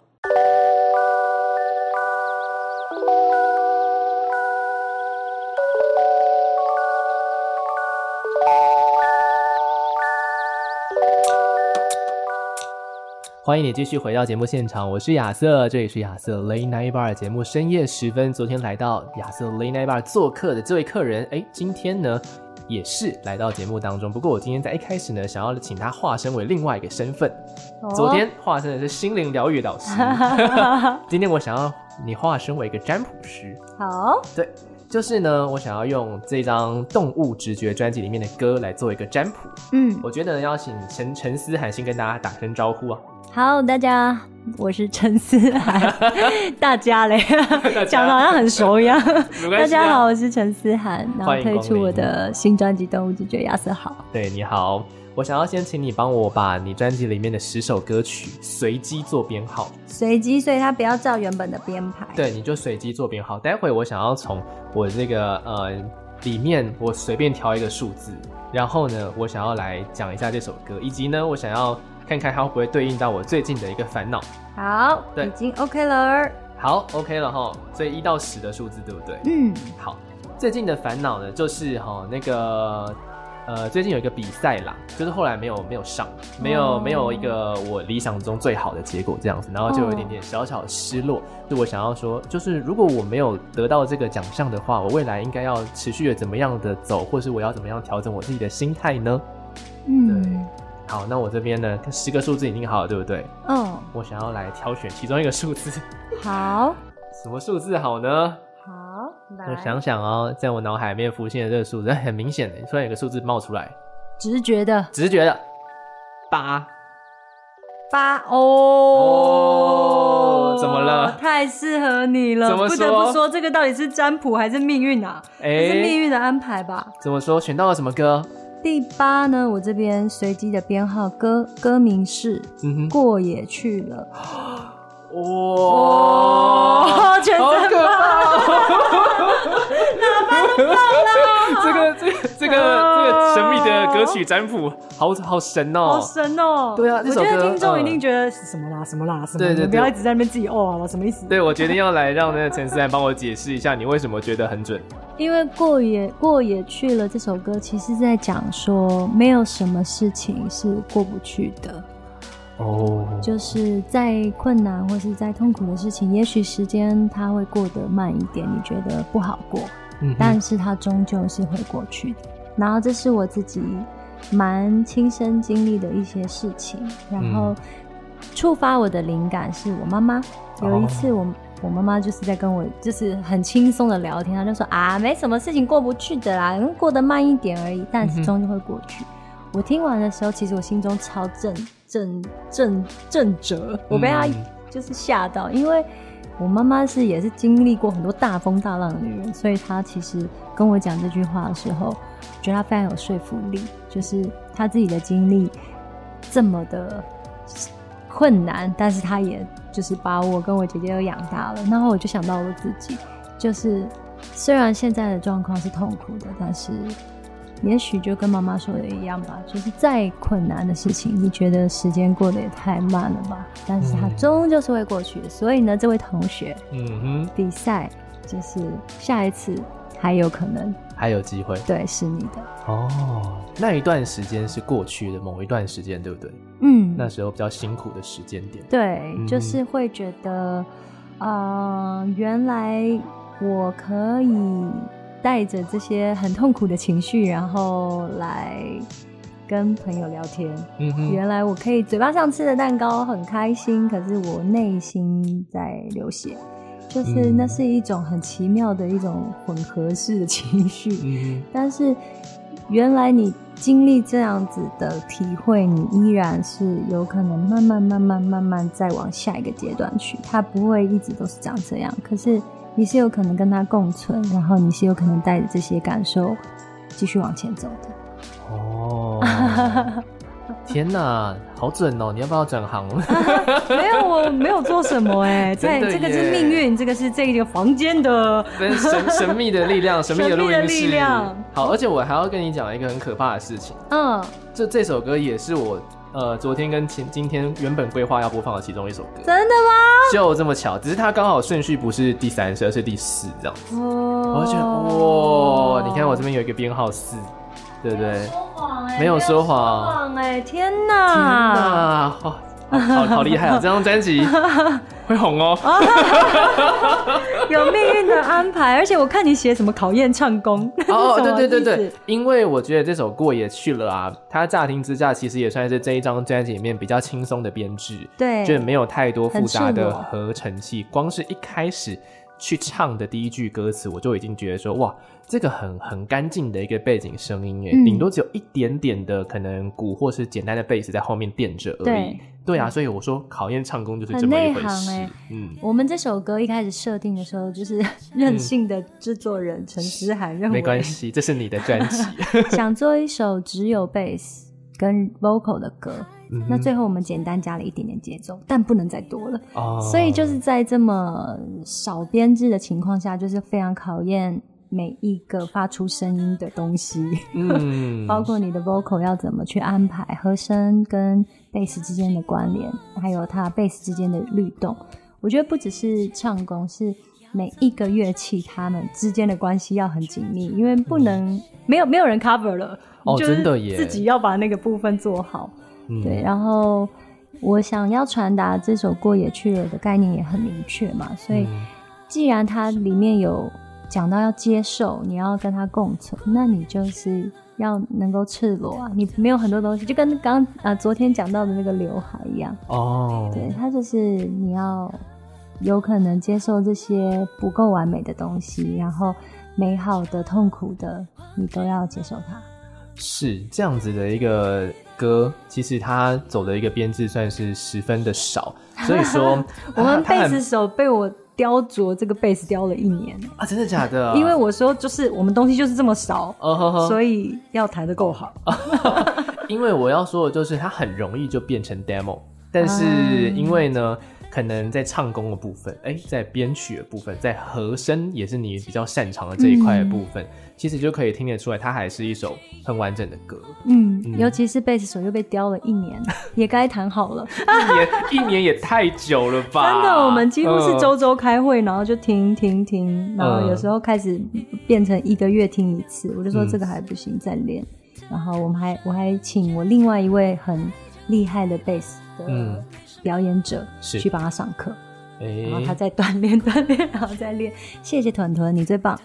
Speaker 1: 欢迎你继续回到节目现场，我是亚瑟，这里是亚瑟 Late Night Bar 节目深夜时分。昨天来到亚瑟 Late Night Bar 做客的这位客人，哎，今天呢也是来到节目当中。不过我今天在一开始呢，想要请他化身为另外一个身份。
Speaker 2: 哦
Speaker 1: 昨天化身的是心灵疗愈导
Speaker 2: *laughs*
Speaker 1: 师，今天我想要你化身为一个占卜师。
Speaker 2: 好，
Speaker 1: 对，就是呢，我想要用这张《动物直觉》专辑里面的歌来做一个占卜。
Speaker 2: 嗯，
Speaker 1: 我觉得呢邀请陈陈思涵先跟大家打声招呼啊。
Speaker 2: 好，大家，我是陈思涵，
Speaker 1: *laughs*
Speaker 2: 大家嘞，讲的好像很熟一样。
Speaker 1: 没
Speaker 2: 大
Speaker 1: 关系啊
Speaker 2: 家好，我是陈思涵，然后
Speaker 1: 欢迎
Speaker 2: 推
Speaker 1: 光
Speaker 2: 出我
Speaker 1: 临
Speaker 2: 的新专辑《动物直觉》，亚瑟好。
Speaker 1: 对，你好，我想要先请你帮我把你专辑里面的十首歌曲随机做编号。
Speaker 2: 随机，所以他不要照原本的编排。
Speaker 1: 对，你就随机做编号。待会我想要从我这个呃里面，我随便挑一个数字，然后呢，我想要来讲一下这首歌，以及呢，我想要看看它会不会对应到我最近的一个烦恼。
Speaker 2: 好，
Speaker 1: 对
Speaker 2: 已经 OK 了。
Speaker 1: 好，OK 了哈，所以一到十的数字，对不对？
Speaker 2: 嗯，
Speaker 1: 好，最近的烦恼呢，就是哈、那个呃，最近有一个比赛啦，就是后来没有没有上，没有、
Speaker 2: 哦
Speaker 1: 没有一个我理想中最好的结果这样子，然后就有一
Speaker 2: 哦
Speaker 1: 点点小小的失落。就我想要说，就是如果我没有得到这个奖项的话，我未来应该要持续的怎么样的走，或是我要怎么样调整我自己的心态呢？
Speaker 2: 嗯，
Speaker 1: 好，那我这边呢，十个数字已经好了，对不对？
Speaker 2: 哦，
Speaker 1: 我想要来挑选其中一个数字，
Speaker 2: 好，
Speaker 1: 什么数字好呢？
Speaker 2: 好，
Speaker 1: 我
Speaker 2: 来，
Speaker 1: 想想哦，在我脑海里面浮现的这个数字，很明显的，突然有个数字冒出来，
Speaker 2: 直觉的
Speaker 1: 直觉的八。
Speaker 2: 八哦
Speaker 1: 哦怎么了
Speaker 2: 太适合你了，
Speaker 1: 怎么
Speaker 2: 不
Speaker 1: 说
Speaker 2: 得不说，这个到底是占卜还是命运啊？这是命
Speaker 1: 哎，
Speaker 2: 运的安排吧？
Speaker 1: 怎么说？选到了什么歌？
Speaker 2: 第八呢，我这边随机的编号歌歌名是
Speaker 1: 嗯
Speaker 2: 《过也去了》。哦
Speaker 1: 哼，哇，，
Speaker 2: 全
Speaker 1: 哦好
Speaker 2: 身
Speaker 1: 可怕！哪棒 *laughs* 这个这个这个这个神秘的歌曲占卜，好好神
Speaker 2: 好
Speaker 1: 哦！
Speaker 2: 神哦！
Speaker 1: 对啊这
Speaker 2: 我
Speaker 1: 首
Speaker 2: 觉得
Speaker 1: 歌
Speaker 2: 听众一定
Speaker 1: 嗯
Speaker 2: 觉得是什么啦，什么啦，什么
Speaker 1: 对对
Speaker 2: 啦，你们不
Speaker 1: 对
Speaker 2: 要一直在那边自己哦啊，什么意思？
Speaker 1: 对，我决定要来让那个陈思涵帮我解释一下，你为什么觉得很准？
Speaker 2: 因为过也过也去了这首歌，其实在讲说没有什么事情是过不去的，
Speaker 1: 哦，
Speaker 2: 就是在困难或是在痛苦的事情，也许时间它会过得慢一点，你觉得不好过，
Speaker 1: 嗯哼
Speaker 2: 但是它终究是会过去的。然后这是我自己蛮亲身经历的一些事情，然后
Speaker 1: 嗯
Speaker 2: 触发我的灵感是我妈妈。
Speaker 1: 哦
Speaker 2: 有一次我、我妈妈就是在跟我就是很轻松的聊天，她就说啊没什么事情过不去的啦，嗯过得慢一点而已，但是
Speaker 1: 嗯哼
Speaker 2: 终究会过去。我听完的时候，其实我心中超震震震震折，我被她
Speaker 1: 嗯
Speaker 2: 就是吓到，因为我妈妈是也是经历过很多大风大浪的女人，所以她其实跟我讲这句话的时候，我觉得她非常有说服力，就是她自己的经历这么的困难，但是她也就是把我跟我姐姐都养大了。然后我就想到我自己，就是虽然现在的状况是痛苦的，但是也许就跟妈妈说的一样吧，就是再困难的事情，你觉得时间过得也太慢了吧？但是它
Speaker 1: 嗯
Speaker 2: 终究是会过去的。所以呢，这位同学，
Speaker 1: 嗯哼，
Speaker 2: 比赛就是下一次还有可能
Speaker 1: 还有机会
Speaker 2: 对是你的。
Speaker 1: 哦。那一段时间是过去的某一段时间，对不对？
Speaker 2: 嗯，
Speaker 1: 那时候比较辛苦的时间点。
Speaker 2: 对，就
Speaker 1: 嗯
Speaker 2: 是会觉得，呃，原来我可以带着这些很痛苦的情绪，然后来跟朋友聊天。
Speaker 1: 嗯哼，
Speaker 2: 原来我可以嘴巴上吃的蛋糕很开心，可是我内心在流血，就是
Speaker 1: 嗯
Speaker 2: 那是一种很奇妙的一种混合式的情绪。
Speaker 1: 嗯
Speaker 2: 但是原来你经历这样子的体会，你依然是有可能慢慢、慢慢、慢慢再往下一个阶段去，它不会一直都是长这样。可是你是有可能跟它共存，然后你是有可能带着这些感受继续往前走的。
Speaker 1: 哼，哦，天哪，好准哦！你要不要转行了？
Speaker 2: 没有，我没有做什么哎、
Speaker 1: 真
Speaker 2: 在
Speaker 1: 的
Speaker 2: 这个
Speaker 1: 耶
Speaker 2: 是命运，这个是这个房间的。
Speaker 1: 真神神秘的力量，神秘的录音
Speaker 2: 神秘的
Speaker 1: 室
Speaker 2: 力量。
Speaker 1: 好，而且我还要跟你讲一个很可怕的事情。
Speaker 2: 嗯，
Speaker 1: 这这首歌也是我呃昨天跟前今天原本规划要播放的其中一首歌，
Speaker 2: 真的
Speaker 1: 就这么巧，只是它刚好顺序不是第三首，而是第四这样子。
Speaker 2: 吗？哦
Speaker 1: 我
Speaker 2: 我
Speaker 1: 就觉得哇，你看我这边有一个编号四，对不对？天
Speaker 2: 说谎哎
Speaker 1: 没有说谎
Speaker 2: 没有说谎哎、天哪！
Speaker 1: 哪，哇好好好厉害啊！这张专
Speaker 2: *laughs*
Speaker 1: 辑会红哦。
Speaker 2: 有命运的安排，而且我看你写什么考验唱功，
Speaker 1: *laughs*
Speaker 2: *laughs*
Speaker 1: 哦，
Speaker 2: 是什
Speaker 1: 对对
Speaker 2: 么
Speaker 1: 对
Speaker 2: 意
Speaker 1: 对
Speaker 2: 思，
Speaker 1: 因为我觉得这首《过也去了》啊，它乍听之下其实也算是这一张专辑里面比较轻松的编制，
Speaker 2: 对
Speaker 1: 就是没有太多复杂的
Speaker 2: 很赤裸
Speaker 1: 合成器。光是一开始去唱的第一句歌词，我就已经觉得说，哇，这个很很干净的一个背景声音耶，
Speaker 2: 嗯
Speaker 1: 顶多只有一点点的可能鼓或是简单的贝斯在后面垫着而已
Speaker 2: 对。
Speaker 1: 对啊，所以我说考验唱功就是
Speaker 2: 很
Speaker 1: 这么一
Speaker 2: 内
Speaker 1: 回
Speaker 2: 行
Speaker 1: 事
Speaker 2: 哎。
Speaker 1: 嗯，
Speaker 2: *laughs* 我们这首歌一开始设定的时候，就是 *laughs* 任性的制作人陈思涵认
Speaker 1: 没
Speaker 2: 为
Speaker 1: 关系，这是你的专辑。
Speaker 2: *laughs* 想做一首只有贝斯跟 vocal 的歌，
Speaker 1: 嗯
Speaker 2: *laughs* 那最后我们简单加了一点点节奏，但不能再多了。
Speaker 1: 哦
Speaker 2: 所以就是在这么少编制的情况下，就是非常考验每一个发出声音的东西。 *laughs*
Speaker 1: 嗯
Speaker 2: 包括你的 vocal 要怎么去安排和声跟贝斯之间的关联，还有它贝斯之间的律动。我觉得不只是唱功，是每一个乐器它们之间的关系要很紧密，因为不能、没有没有人 cover 了，
Speaker 1: 嗯哦
Speaker 2: 就是
Speaker 1: 真的耶
Speaker 2: 自己要把那个部分做好。
Speaker 1: 嗯
Speaker 2: 对，然后我想要传达这首《过也去了》的概念也很明确嘛，所以
Speaker 1: 嗯
Speaker 2: 既然它里面有讲到要接受，你要跟它共存，那你就是要能够赤裸啊，你没有很多东西，就跟刚啊昨天讲到的那个刘海一样，
Speaker 1: 哦，
Speaker 2: 对，它就是你要有可能接受这些不够完美的东西，然后美好的、痛苦的，你都要接受它。
Speaker 1: 是这样子的一个歌，其实它走的一个编制算是十分的
Speaker 2: *laughs*
Speaker 1: 少，所以说
Speaker 2: *laughs* 我们
Speaker 1: 它它
Speaker 2: 贝
Speaker 1: 很
Speaker 2: 斯手被我雕琢这个贝斯雕了一年，
Speaker 1: 啊，真的假的？
Speaker 2: *laughs* 因为我说就是我们东西就是这么少，
Speaker 1: 哦呵呵，
Speaker 2: 所以要弹得够好。
Speaker 1: 因为我要说的就是它很容易就变成 demo，但
Speaker 2: 啊
Speaker 1: 是因为呢。可能在唱功的部分，哎、在编曲的部分，在和声也是你比较擅长的这一块的部
Speaker 2: 嗯
Speaker 1: 分，其实就可以听得出来，它还是一首很完整的歌。
Speaker 2: 嗯
Speaker 1: 嗯，
Speaker 2: 尤其是贝斯手又被雕了
Speaker 1: *laughs*
Speaker 2: 一年，也该弹好了。
Speaker 1: 一
Speaker 2: *laughs*
Speaker 1: 年一年也太久了吧？
Speaker 2: 真的，我们几乎是
Speaker 1: 嗯
Speaker 2: 周周开会，然后就停停停，然后有时候开始变成一个月听一次。我就说
Speaker 1: 嗯
Speaker 2: 这个还不行，再练。然后我们还我还请我另外一位很厉害的贝斯
Speaker 1: 嗯
Speaker 2: 的表演者
Speaker 1: 是
Speaker 2: 去帮他上课，
Speaker 1: 哎、
Speaker 2: 然后他再锻炼锻炼，然后再练。谢谢团团，你最棒。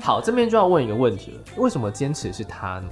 Speaker 1: 好，这边就要问一个问题了，为什么坚持是他呢？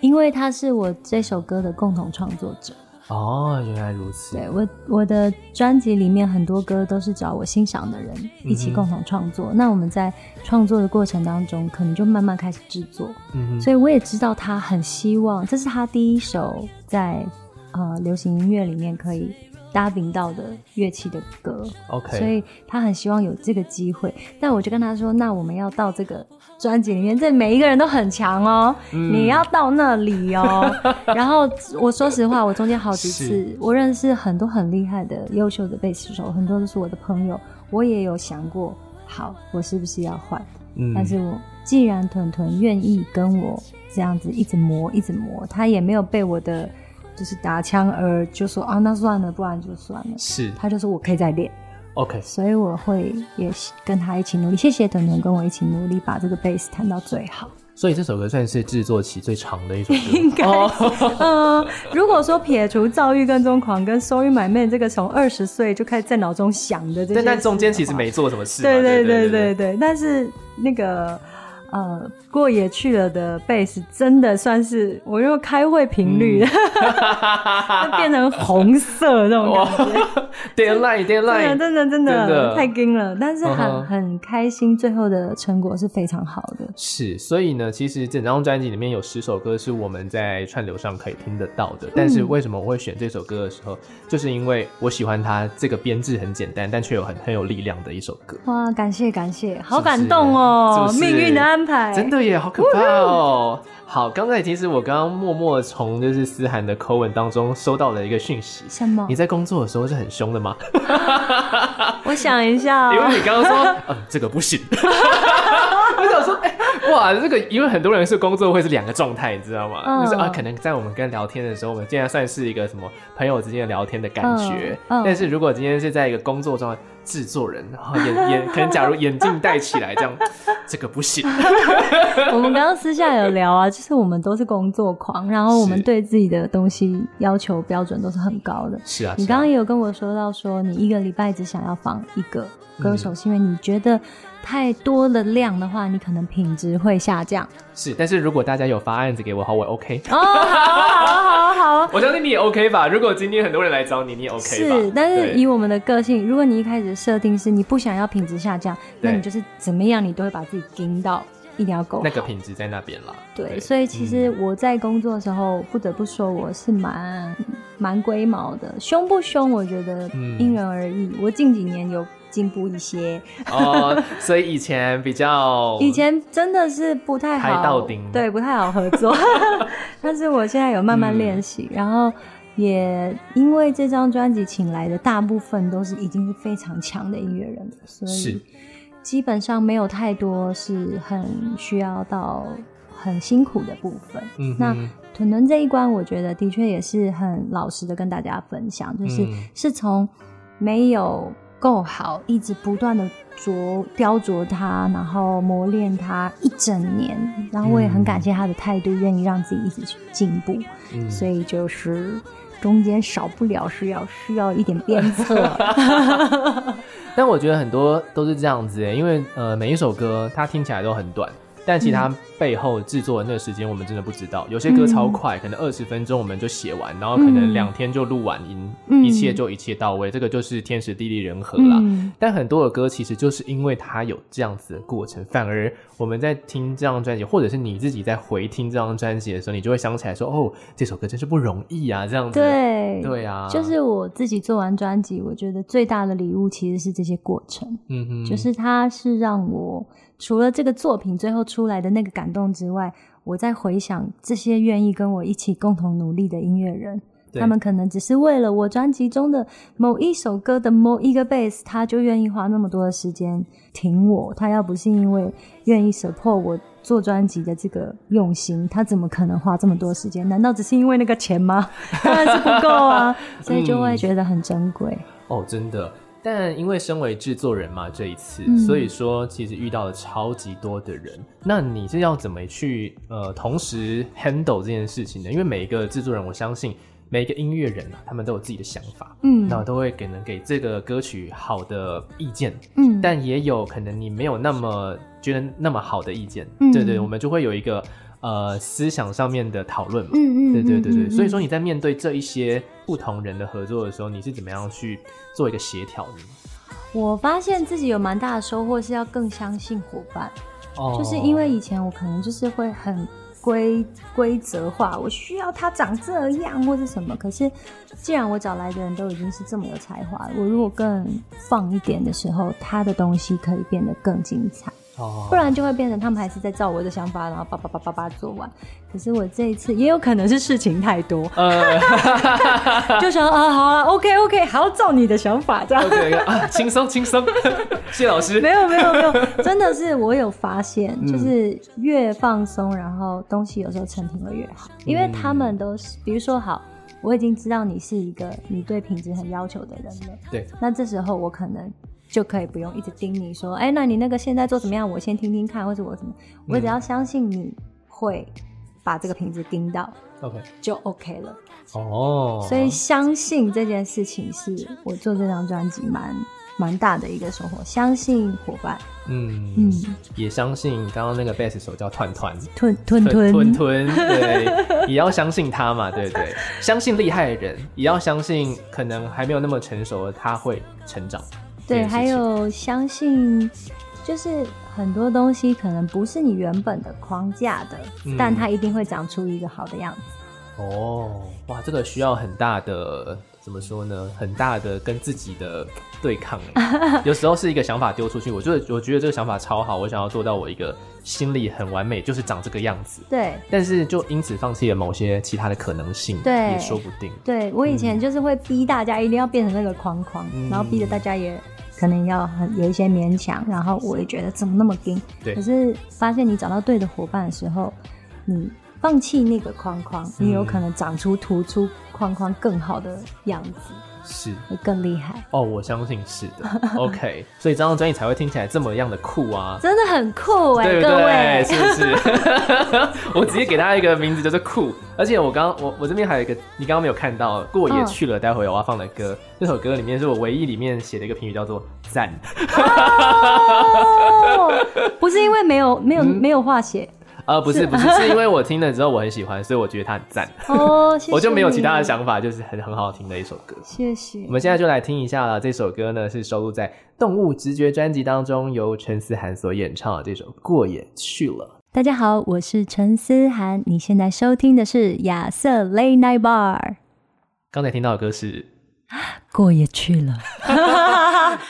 Speaker 2: 因为他是我这首歌的共同创作者。
Speaker 1: 哦，原来如此。
Speaker 2: 对我我的专辑里面很多歌都是找我欣赏的人一起共同创作。那我们在创作的过程当中，可能就慢慢开始制作。
Speaker 1: 嗯哼，
Speaker 2: 所以我也知道他很希望，这是他第一首在呃流行音乐里面可以搭饼到的乐器的歌。
Speaker 1: OK，
Speaker 2: 所以他很希望有这个机会。但我就跟他说，那我们要到这个专辑里面，这每一个人都很强哦，
Speaker 1: 嗯
Speaker 2: 你要到那
Speaker 1: *laughs*
Speaker 2: 里哦。然后我说实话，我中间好几次
Speaker 1: 是，
Speaker 2: 我认识很多很厉害的优秀的贝斯手，很多都是我的朋友，我也有想过，好，我是不是要换？
Speaker 1: 嗯
Speaker 2: 但是我既然屯屯愿意跟我这样子一直磨，一直磨，他也没有被我的就是打枪而就说啊，那算了，不然就算了。
Speaker 1: 是
Speaker 2: 他就说我可以再练，
Speaker 1: OK，
Speaker 2: 所以我会也跟他一起努力。谢谢屯屯跟我一起努力把这个贝斯弹到最好。
Speaker 1: 所以这首歌算是制作期最长的一 *laughs* 首歌，
Speaker 2: *laughs*
Speaker 1: 哦
Speaker 2: 应该嗯， *laughs* 如果说撇除《躁郁跟踪狂》跟《收益买卖》这个从二十岁就开始在脑中想的这些事的话，
Speaker 1: 但但中间其实没做什么事嘛。
Speaker 2: 对对
Speaker 1: 对
Speaker 2: 对对对，但是那个呃，过也去了的贝斯真的算是我用开会频率，
Speaker 1: 嗯 *laughs*
Speaker 2: 它 *laughs* 变成红色那种感觉，
Speaker 1: ，deadline
Speaker 2: 真的
Speaker 1: deadline，
Speaker 2: 真的真
Speaker 1: 真的
Speaker 2: 的太惊了，但是很、
Speaker 1: 嗯哼
Speaker 2: 很开心，最后的成果是非常好的。
Speaker 1: 是，所以呢，其实整张专辑里面有十首歌是我们在串流上可以听得到的。但是为什么我会选这首歌的时候，就是因为我喜欢它这个编制很简单，但却有很很有力量的一首歌。
Speaker 2: 哇，感谢感谢，好
Speaker 1: 是不是
Speaker 2: 感动哦！
Speaker 1: 是不是
Speaker 2: 命运的安排，
Speaker 1: 真的耶，好可怕哦！好，刚才其实我刚刚默默从就是思涵的口吻当中收到了一个讯息。
Speaker 2: 什么
Speaker 1: 你？在工作的时候是很凶的吗？
Speaker 2: 我想一
Speaker 1: *laughs*
Speaker 2: 下、
Speaker 1: 因
Speaker 2: 哦，
Speaker 1: 为你刚刚
Speaker 2: *laughs*
Speaker 1: 说，嗯，这个不行。 *laughs* 我想说，哎、哇，这个因为很多人是工作会是两个状态，你知道吗？
Speaker 2: 嗯
Speaker 1: 就是啊，可能在我们跟聊天的时候，我们竟然算是一个什么朋友之间的聊天的感觉。
Speaker 2: 嗯嗯
Speaker 1: 但是如果今天是在一个工作状态，制作人，然后眼眼，可能假如眼镜戴起来这样，这个不行。
Speaker 2: 我们刚刚私下有聊啊，就是我们都是工作狂，然后我们
Speaker 1: 是
Speaker 2: 对自己的东西要求标准都是很高的。
Speaker 1: 是啊，
Speaker 2: 你
Speaker 1: 是啊
Speaker 2: 刚刚也有跟我说到说，你一个礼拜只想要放一个歌手，是因为你觉得太多的量的话，你可能品质会下降。
Speaker 1: 是，但是如果大家有发案子给我的话，我也 OK。 *laughs*
Speaker 2: 哦，好啊，好啊，好啊。
Speaker 1: 我相信你也 OK 吧？如果今天很多人来找你，你也 OK 吧？
Speaker 2: 是，但是
Speaker 1: 对
Speaker 2: 以我们的个性，如果你一开始设定是你不想要品质下降，那
Speaker 1: 对
Speaker 2: 你就是怎么样，你都会把自己盯到一定要够
Speaker 1: 那个嗯品质在那边啦。
Speaker 2: *laughs* 对，所以其实我在工作的时候，不得不说我是蛮蛮龟毛的，凶不凶，我觉得
Speaker 1: 嗯
Speaker 2: 因人而异。我近几年有进步一些，
Speaker 1: 哦，所以以前比较
Speaker 2: 以前真的是不太
Speaker 1: 拍到
Speaker 2: 好
Speaker 1: 顶，
Speaker 2: 对，不太好合
Speaker 1: *laughs*
Speaker 2: 作，但是我现在有慢慢
Speaker 1: 嗯
Speaker 2: 练习，然后。也因为这张专辑请来的大部分都是已经是非常强的音乐人了，所
Speaker 1: 是
Speaker 2: 以基本上没有太多是很需要到很辛苦的部分。
Speaker 1: 嗯
Speaker 2: 那
Speaker 1: 哼
Speaker 2: 屯屯这一关，我觉得的确也是很老实的跟大家分享，就是、
Speaker 1: 嗯
Speaker 2: 是从没有够好，一直不断的琢雕琢它，然后磨练它一整年。然后我也很感谢他的态度，愿意让自己一直去进步。
Speaker 1: 嗯
Speaker 2: 所以就是中间少不了是要需要一点鞭
Speaker 1: *laughs*
Speaker 2: 策。
Speaker 1: 但我觉得很多都是这样子耶，因为呃每一首歌它听起来都很短，但其实它背后制作的那个时间我们真的不知道。有些歌超快，可能二十分钟我们就写完，然后可能
Speaker 2: 嗯
Speaker 1: 两天就录完音，
Speaker 2: 嗯
Speaker 1: 一切就一切到位，这个就是天时地利人和啦。
Speaker 2: 嗯，
Speaker 1: 但很多的歌其实就是因为它有这样子的过程，反而我们在听这张专辑，或者是你自己在回听这张专辑的时候，你就会想起来说，哦，这首歌真是不容易啊，这样子。
Speaker 2: 对
Speaker 1: 对啊，
Speaker 2: 就是我自己做完专辑，我觉得最大的礼物其实是这些过程。
Speaker 1: 嗯哼，
Speaker 2: 就是它是让我除了这个作品最后出来的那个感动之外，我在回想这些愿意跟我一起共同努力的音乐人，
Speaker 1: 对
Speaker 2: 他们可能只是为了我专辑中的某一首歌的某一个 bass，他就愿意花那么多的时间挺我。他要不是因为愿意 support 我做专辑的这个用心，他怎么可能花这么多时间？难道只是因为那个钱吗？ *laughs* 当然是不
Speaker 1: *laughs*
Speaker 2: 够啊，所以
Speaker 1: 嗯
Speaker 2: 就会觉得很珍贵。
Speaker 1: 哦，真的。但因为身为制作人嘛，这一次，
Speaker 2: 嗯
Speaker 1: 所以说其实遇到了超级多的人。那你是要怎么去呃，同时 handle 这件事情呢？因为每一个制作人，我相信每一个音乐人啊，他们都有自己的想法，
Speaker 2: 嗯
Speaker 1: 那都会给能给这个歌曲好的意见，
Speaker 2: 嗯，
Speaker 1: 但也有可能你没有那么觉得那么好的意见，
Speaker 2: 嗯
Speaker 1: 对对，我们就会有一个呃思想上面的讨论嘛，
Speaker 2: 嗯嗯，
Speaker 1: 对对对
Speaker 2: 嗯
Speaker 1: 对，
Speaker 2: 嗯
Speaker 1: 所以说你在面对这一些不同人的合作的时候，你是怎么样去做一个协调呢？
Speaker 2: 我发现自己有蛮大的收获，是要更相信伙伴，
Speaker 1: 哦
Speaker 2: 就是因为以前我可能就是会很规规则化，我需要他长这样或者什么。可是既然我找来的人都已经是这么有才华了，我如果更放一点的时候，他的东西可以变得更精彩。
Speaker 1: 哦
Speaker 2: 不然就会变成他们还是在照我的想法，然后叭叭叭叭叭做完。可是我这一次也有可能是事情太多， *laughs*
Speaker 1: 呃
Speaker 2: 就想啊，好了，OK OK，好，照你的想法这样。
Speaker 1: ，OK 啊，轻松轻松， *laughs* 谢老 *laughs* 师
Speaker 2: 没。有没有没有，真的是我有发现，就是越放松，然后东西有时候成品会越好，因为他们都是，比如说好，我已经知道你是一个你对品质很要求的人了，
Speaker 1: 对，
Speaker 2: 那这时候我可能就可以不用一直盯你说，哎、那你那个现在做怎么样？我先听听看，或者我怎么，我只要相信你会把这个品质盯到。
Speaker 1: OK，
Speaker 2: 就 OK 了，
Speaker 1: 哦，
Speaker 2: 所以相信这件事情是我做这张专辑蛮蛮大的一个收获。相信伙伴，
Speaker 1: 嗯嗯
Speaker 2: 嗯，
Speaker 1: 也相信刚刚那个贝斯手叫团团。
Speaker 2: 吞吞
Speaker 1: 吞
Speaker 2: 吞
Speaker 1: 吞吞，对，也要相信他
Speaker 2: *laughs*
Speaker 1: 嘛，对不对？相信厉害的人，也要相信可能还没有那么成熟的他会成长。这
Speaker 2: 对，
Speaker 1: 件事
Speaker 2: 还
Speaker 1: 情
Speaker 2: 有相信，就是很多东西可能不是你原本的框架的，
Speaker 1: 嗯
Speaker 2: 但它一定会长出一个好的样子。
Speaker 1: 哦，哇，这个需要很大的怎么说呢？很大的跟自己的对抗欸。
Speaker 2: *laughs*
Speaker 1: 有时候是一个想法丢出去，我觉得我觉得这个想法超好，我想要做到我一个心里很完美，就是长这个样子。
Speaker 2: 对，
Speaker 1: 但是就因此放弃了某些其他的可能性，
Speaker 2: 对
Speaker 1: 也说不定。
Speaker 2: 对我以前就是会逼大家一定要变成那个框框，
Speaker 1: 嗯
Speaker 2: 然后逼得大家也可能要很有一些勉强，然后我也觉得怎么那么硬。
Speaker 1: 对
Speaker 2: 可是发现你找到对的伙伴的时候，你放弃那个框框，你有可能长出突出框框更好的样子，
Speaker 1: 是
Speaker 2: 会更厉害。
Speaker 1: 哦，我相信是的。OK，所以 *laughs* 这张专辑才会听起来这么样的酷
Speaker 2: *laughs*
Speaker 1: 啊。
Speaker 2: 真的很酷哎、
Speaker 1: 对不
Speaker 2: 各
Speaker 1: 对？*laughs*
Speaker 2: 位，
Speaker 1: 是不是？ *laughs* 我直接给大家一个名字，就是酷。而且我刚我我这边还有一个，你刚刚没有看到，过也
Speaker 2: 嗯
Speaker 1: 去了，待会我要放的歌，这首歌里面是我唯一里面写的一个评语，叫做赞。
Speaker 2: 哦，不是因为没有没有、没有话写
Speaker 1: 呃，不是不是，是因为我听了之后我很喜欢，所以我觉得它很赞，
Speaker 2: 哦，谢谢
Speaker 1: 我就没有其他的
Speaker 2: 你，
Speaker 1: 想法，就是很很好听的一首歌。
Speaker 2: 谢谢
Speaker 1: 我。们现在就来听一下了，这首歌呢是收录在《动物直觉》专辑当中，由陈思涵所演唱的这首《过也去了》。
Speaker 2: 大家好，我是陈思涵，你现在收听的是亚瑟 Late Night Bar。
Speaker 1: 刚才听到的歌是，
Speaker 2: 过也去了，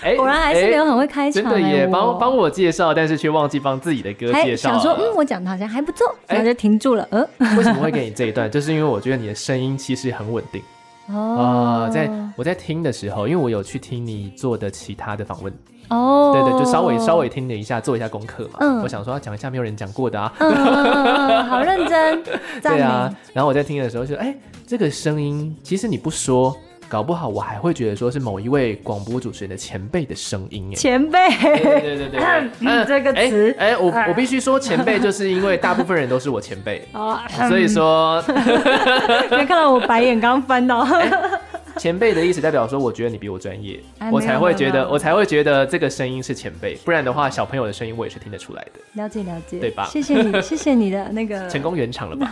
Speaker 1: 哎、
Speaker 2: 果然还是没有很会开
Speaker 1: 真
Speaker 2: 场、
Speaker 1: 的耶，
Speaker 2: 哎
Speaker 1: 帮帮
Speaker 2: 我。
Speaker 1: 我介绍，但是却忘记帮自己的歌介
Speaker 2: 还
Speaker 1: 绍
Speaker 2: 想
Speaker 1: 了。
Speaker 2: 说，嗯，我讲的好像还不错，
Speaker 1: 哎
Speaker 2: 然后就停住了。呃，
Speaker 1: *laughs* 为什么会给你这一段？就是因为我觉得你的声音其实很稳定啊、
Speaker 2: 哦，
Speaker 1: 在我在听的时候，因为我有去听你做的其他的访问，
Speaker 2: 哦，
Speaker 1: 对对，就稍微稍微听了一下，做一下功课嘛。
Speaker 2: 嗯
Speaker 1: 我想说要讲一下没有人讲过的啊，
Speaker 2: 嗯，嗯嗯嗯嗯，好认真，赞
Speaker 1: 对
Speaker 2: 美。
Speaker 1: 啊。然后我在听的时候就，哎，这个声音，其实你不说，搞不好我还会觉得说是某一位广播主持人的前辈的声音，哎。
Speaker 2: 前辈，
Speaker 1: 对对
Speaker 2: *laughs*
Speaker 1: 对对对，嗯
Speaker 2: 这个词，
Speaker 1: 哎、哎我我必须说前辈，就是因为大部分人都是我前辈
Speaker 2: *laughs* 哦，
Speaker 1: 所以说
Speaker 2: 你看到我白眼刚翻到，
Speaker 1: 哎前辈的意思代表说，我觉得你比我专业，
Speaker 2: 哎
Speaker 1: 我
Speaker 2: 没有
Speaker 1: 才会觉
Speaker 2: 没
Speaker 1: 得
Speaker 2: 有
Speaker 1: 我才会觉得这个声音是前辈，不然的话，小朋友的声音我也是听得出来的。
Speaker 2: 了解了解，
Speaker 1: 对吧
Speaker 2: 谢谢
Speaker 1: *laughs*
Speaker 2: 你，谢谢你的那个
Speaker 1: 成，功圆场了吧？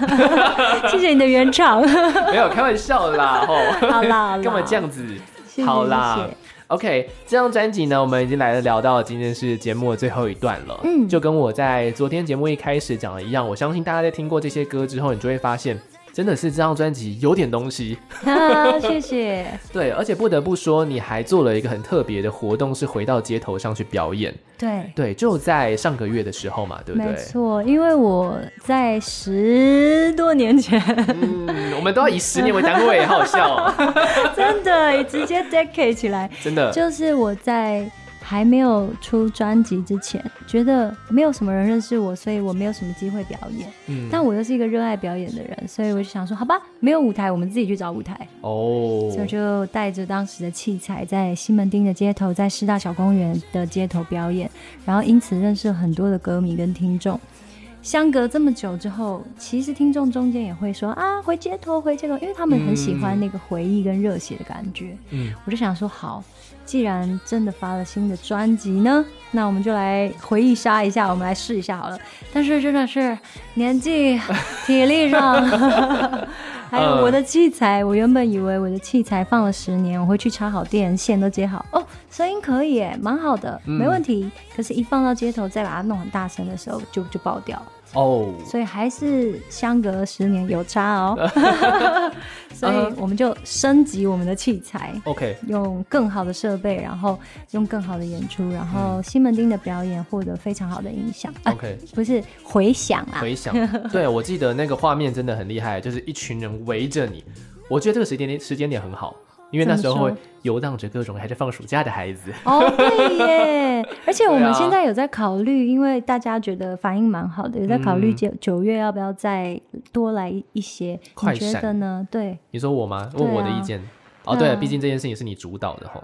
Speaker 2: 谢谢你的圆
Speaker 1: *laughs*
Speaker 2: 场。
Speaker 1: 没有开玩笑啦，吼，
Speaker 2: 好啦
Speaker 1: *laughs*
Speaker 2: 好啦
Speaker 1: 干嘛这样子？
Speaker 2: 谢谢
Speaker 1: 好啦
Speaker 2: 谢谢
Speaker 1: o k 这张专辑呢，我们已经来聊到今天是节目的最后一段了。
Speaker 2: 嗯
Speaker 1: 就跟我在昨天节目一开始讲的一样，我相信大家在听过这些歌之后，你就会发现，真的是这张专辑有点东西。 *laughs*
Speaker 2: 啊，谢谢，
Speaker 1: 对，而且不得不说，你还做了一个很特别的活动，是回到街头上去表演。
Speaker 2: 对。
Speaker 1: 对，就在上个月的时候嘛，对不
Speaker 2: 没
Speaker 1: 对？
Speaker 2: 错，因为我在十多年前， *laughs*
Speaker 1: 嗯，我们都要以十年为单位，好好笑、哦，
Speaker 2: 真的直接 decade 起来，
Speaker 1: 真的。
Speaker 2: 就是我在还没有出专辑之前，觉得没有什么人认识我，所以我没有什么机会表演。
Speaker 1: 嗯
Speaker 2: 但我又是一个热爱表演的人，所以我就想说，好吧，没有舞台，我们自己去找舞台。
Speaker 1: 哦
Speaker 2: 所以我就带着当时的器材，在西门町的街头，在师大小公园的街头表演，然后因此认识很多的歌迷跟听众。相隔这么久之后，其实听众中间也会说啊，回街头，回街头，因为他们很喜欢那个回忆跟热血的感觉。
Speaker 1: 嗯，
Speaker 2: 我就想说，好，既然真的发了新的专辑呢，那我们就来回忆杀一下，我们来试一下好了。但是真的是年纪、体力上， *laughs* 还有我的器材，我原本以为我的器材放了十年，我会去插好电，线都接好，哦，声音可以耶，蛮好的，没问题。可是，一放到街头，再把它弄很大声的时候，就就爆掉了。
Speaker 1: 哦，
Speaker 2: 所以还是相隔十年有差哦。 *laughs* 所以我们就升级我们的器材。
Speaker 1: OK，
Speaker 2: 用更好的设备，然后用更好的演出，然后西门町的表演获得非常好的影响。啊
Speaker 1: OK
Speaker 2: 不是回响啊，
Speaker 1: 回想，对我记得那个画面真的很厉害，就是一群人围着你。我觉得这个时间点时间点很好，因为那时候会
Speaker 2: 怎么
Speaker 1: 游荡着各种还在放暑假的孩子。
Speaker 2: 哦，对耶！而且我
Speaker 1: 对啊
Speaker 2: 们现在有在考虑，因为大家觉得反应蛮好的，有在考虑
Speaker 1: 嗯
Speaker 2: 九九月要不要再多来一一些？
Speaker 1: 快
Speaker 2: 你觉
Speaker 1: 闪
Speaker 2: 得呢？对，
Speaker 1: 你说我吗？
Speaker 2: 对啊
Speaker 1: 问我的意见。哦，
Speaker 2: 对
Speaker 1: 对
Speaker 2: 啊
Speaker 1: 了，毕竟这件事情是你主导的吼，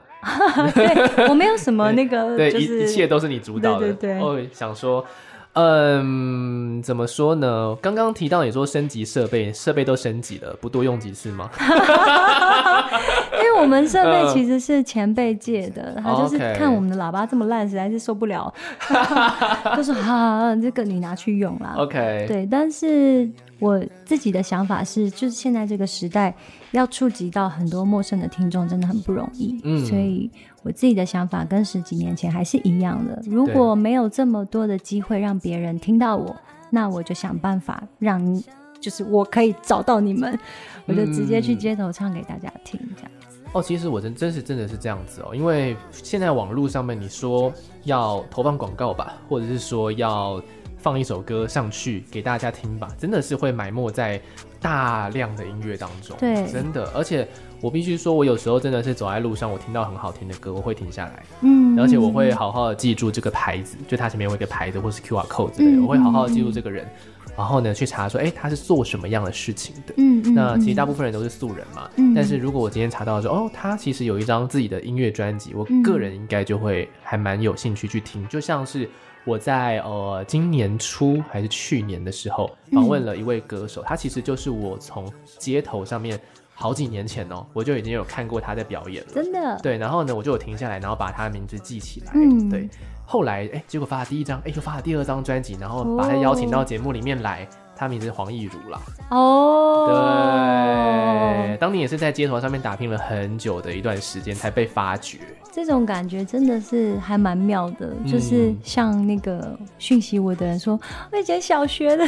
Speaker 2: 对我没有什么那个，
Speaker 1: 对，
Speaker 2: 呃就
Speaker 1: 一
Speaker 2: 是
Speaker 1: 一切都是你主导的。
Speaker 2: 对对对
Speaker 1: 哦，想说，嗯，怎么说呢？刚刚提到你说升级设备，设备都升级了，不多用几次吗？
Speaker 2: 因为我们设
Speaker 1: 嗯
Speaker 2: 备其实是前辈借的，他就是
Speaker 1: OK
Speaker 2: 看我们的喇叭这么烂，实在是受不了，就说哈，这个你拿去用啦。
Speaker 1: OK，
Speaker 2: 对，但是我自己的想法是，就是现在这个时代，要触及到很多陌生的听众真的很不容易。
Speaker 1: 嗯
Speaker 2: 所以我自己的想法跟十几年前还是一样的。如果没有这么多的机会让别人听到我，那我就想办法让你，就是我可以找到你们，我就直接
Speaker 1: 嗯
Speaker 2: 去街头唱给大家听，这样。
Speaker 1: 哦，其实我真真是真的是这样子哦，因为现在网络上面你说要投放广告吧，或者是说要放一首歌上去给大家听吧，真的是会埋没在大量的音乐当中，
Speaker 2: 对
Speaker 1: 真的。而且我必须说，我有时候真的是走在路上，我听到很好听的歌，我会停下来，
Speaker 2: 嗯，
Speaker 1: 而且我会好好的记住这个牌子，就它前面有一个牌子或是 QR code 之类的，
Speaker 2: 嗯
Speaker 1: 我会好好的记住这个人，然后呢去查说，哎，他是做什么样的事情的。
Speaker 2: 嗯，嗯嗯，
Speaker 1: 那其实大部分人都是素人嘛，
Speaker 2: 嗯
Speaker 1: 但是如果我今天查到说，哦，他其实有一张自己的音乐专辑，我
Speaker 2: 嗯
Speaker 1: 个人应该就会还蛮有兴趣去听，就像是我在呃今年初还是去年的时候
Speaker 2: 嗯
Speaker 1: 访问了一位歌手，他其实就是我从街头上面好几年前哦，我就已经有看过他在表演了，
Speaker 2: 嗯真的，
Speaker 1: 对，然后呢，我就有停下来，然后把他的名字记起来。
Speaker 2: 嗯
Speaker 1: 对，后来哎，结果发了第一张，哎，又发了第二张专辑，然后把他邀请到节目里面来。他名字是黄义儒啦，
Speaker 2: 哦，
Speaker 1: 对，当年也是在街头上面打拼了很久的一段时间，才被发掘。
Speaker 2: 这种感觉真的是还蛮妙的，
Speaker 1: 嗯
Speaker 2: 就是像那个讯息我的人说，我以前小学的，